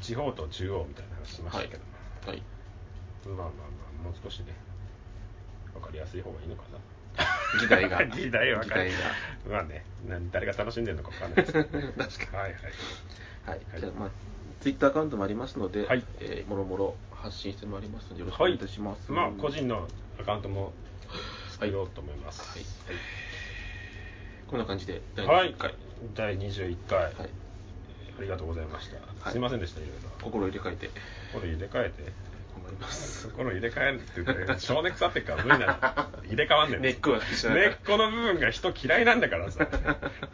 地方と中央みたいな話しましたけど、
はい
まあまあまあもう少しねわかりやすい方がいいのかな
議題が
議題はわ
議
かる
題
まあねな誰が楽しんでるのかわかんないですけど、ね、
確
かにはいはい
がはい
はい
じゃあまあツイッターアカウントもありますので
はい
えーもろもろ発信してまいりますのでよろしくお願いいたします
まあ個人のアカウントも作ろうと思います
はいこんな感じで第
はい、
20回はい
第21回、ありがとうございました、
はい
すいませんでしたいろいろ
心を入れ替えて
これ入れ替えて
頑張ります
この入れ替えるって言って 少年腐ってっから無理なの入れ替わんねん
根っこが一緒だから
根っこの部分が人嫌いなんだからさ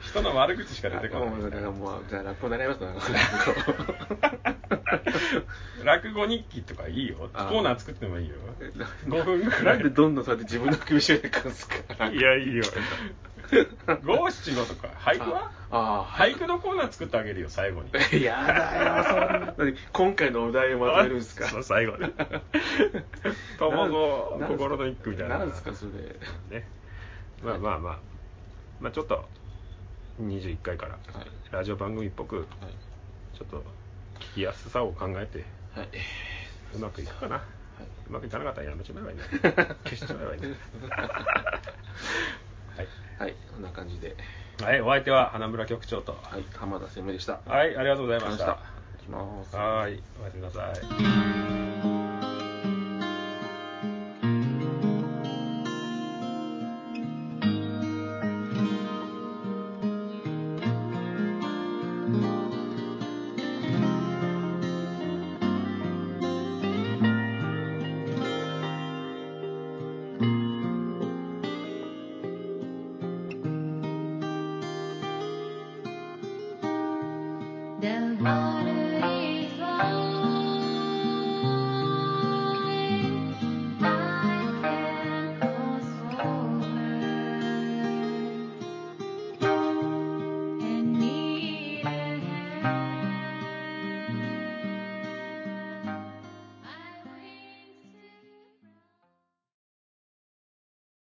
人の悪口しか出てこ
あもうだ
な
から
い
もうじゃあ落語習いますな 落語
落語日記とかいいよコ
あー
ーナー作ってもいいよ5分ぐら
ないんでどんどんそうやって自分の首絞めてくんすか
いやい いよ五七五とか俳句は
ああ
俳句のコーナー作ってあげるよ最後に
やだよそんなに今回のお題をまとめるんですか
そう最後に友の
なんなんすか
心の一句みたいな
なんですかそれ
ねまあまあまあ、まあちょっと21回から
はい
ラジオ番組っぽく
はい
ちょっと聞きやすさを考えて
はい、え
うまくいくかな、うまくいかなかったらやめちまえばいい ね消しちまえばいいねは
ーはい、こんな感じで、
い、はい、お相手は花村局長とは
はい、浜田攻めでした。
い、ありがとうございました
ありがとうございました。行きます。
はーいおやすみなさい
だから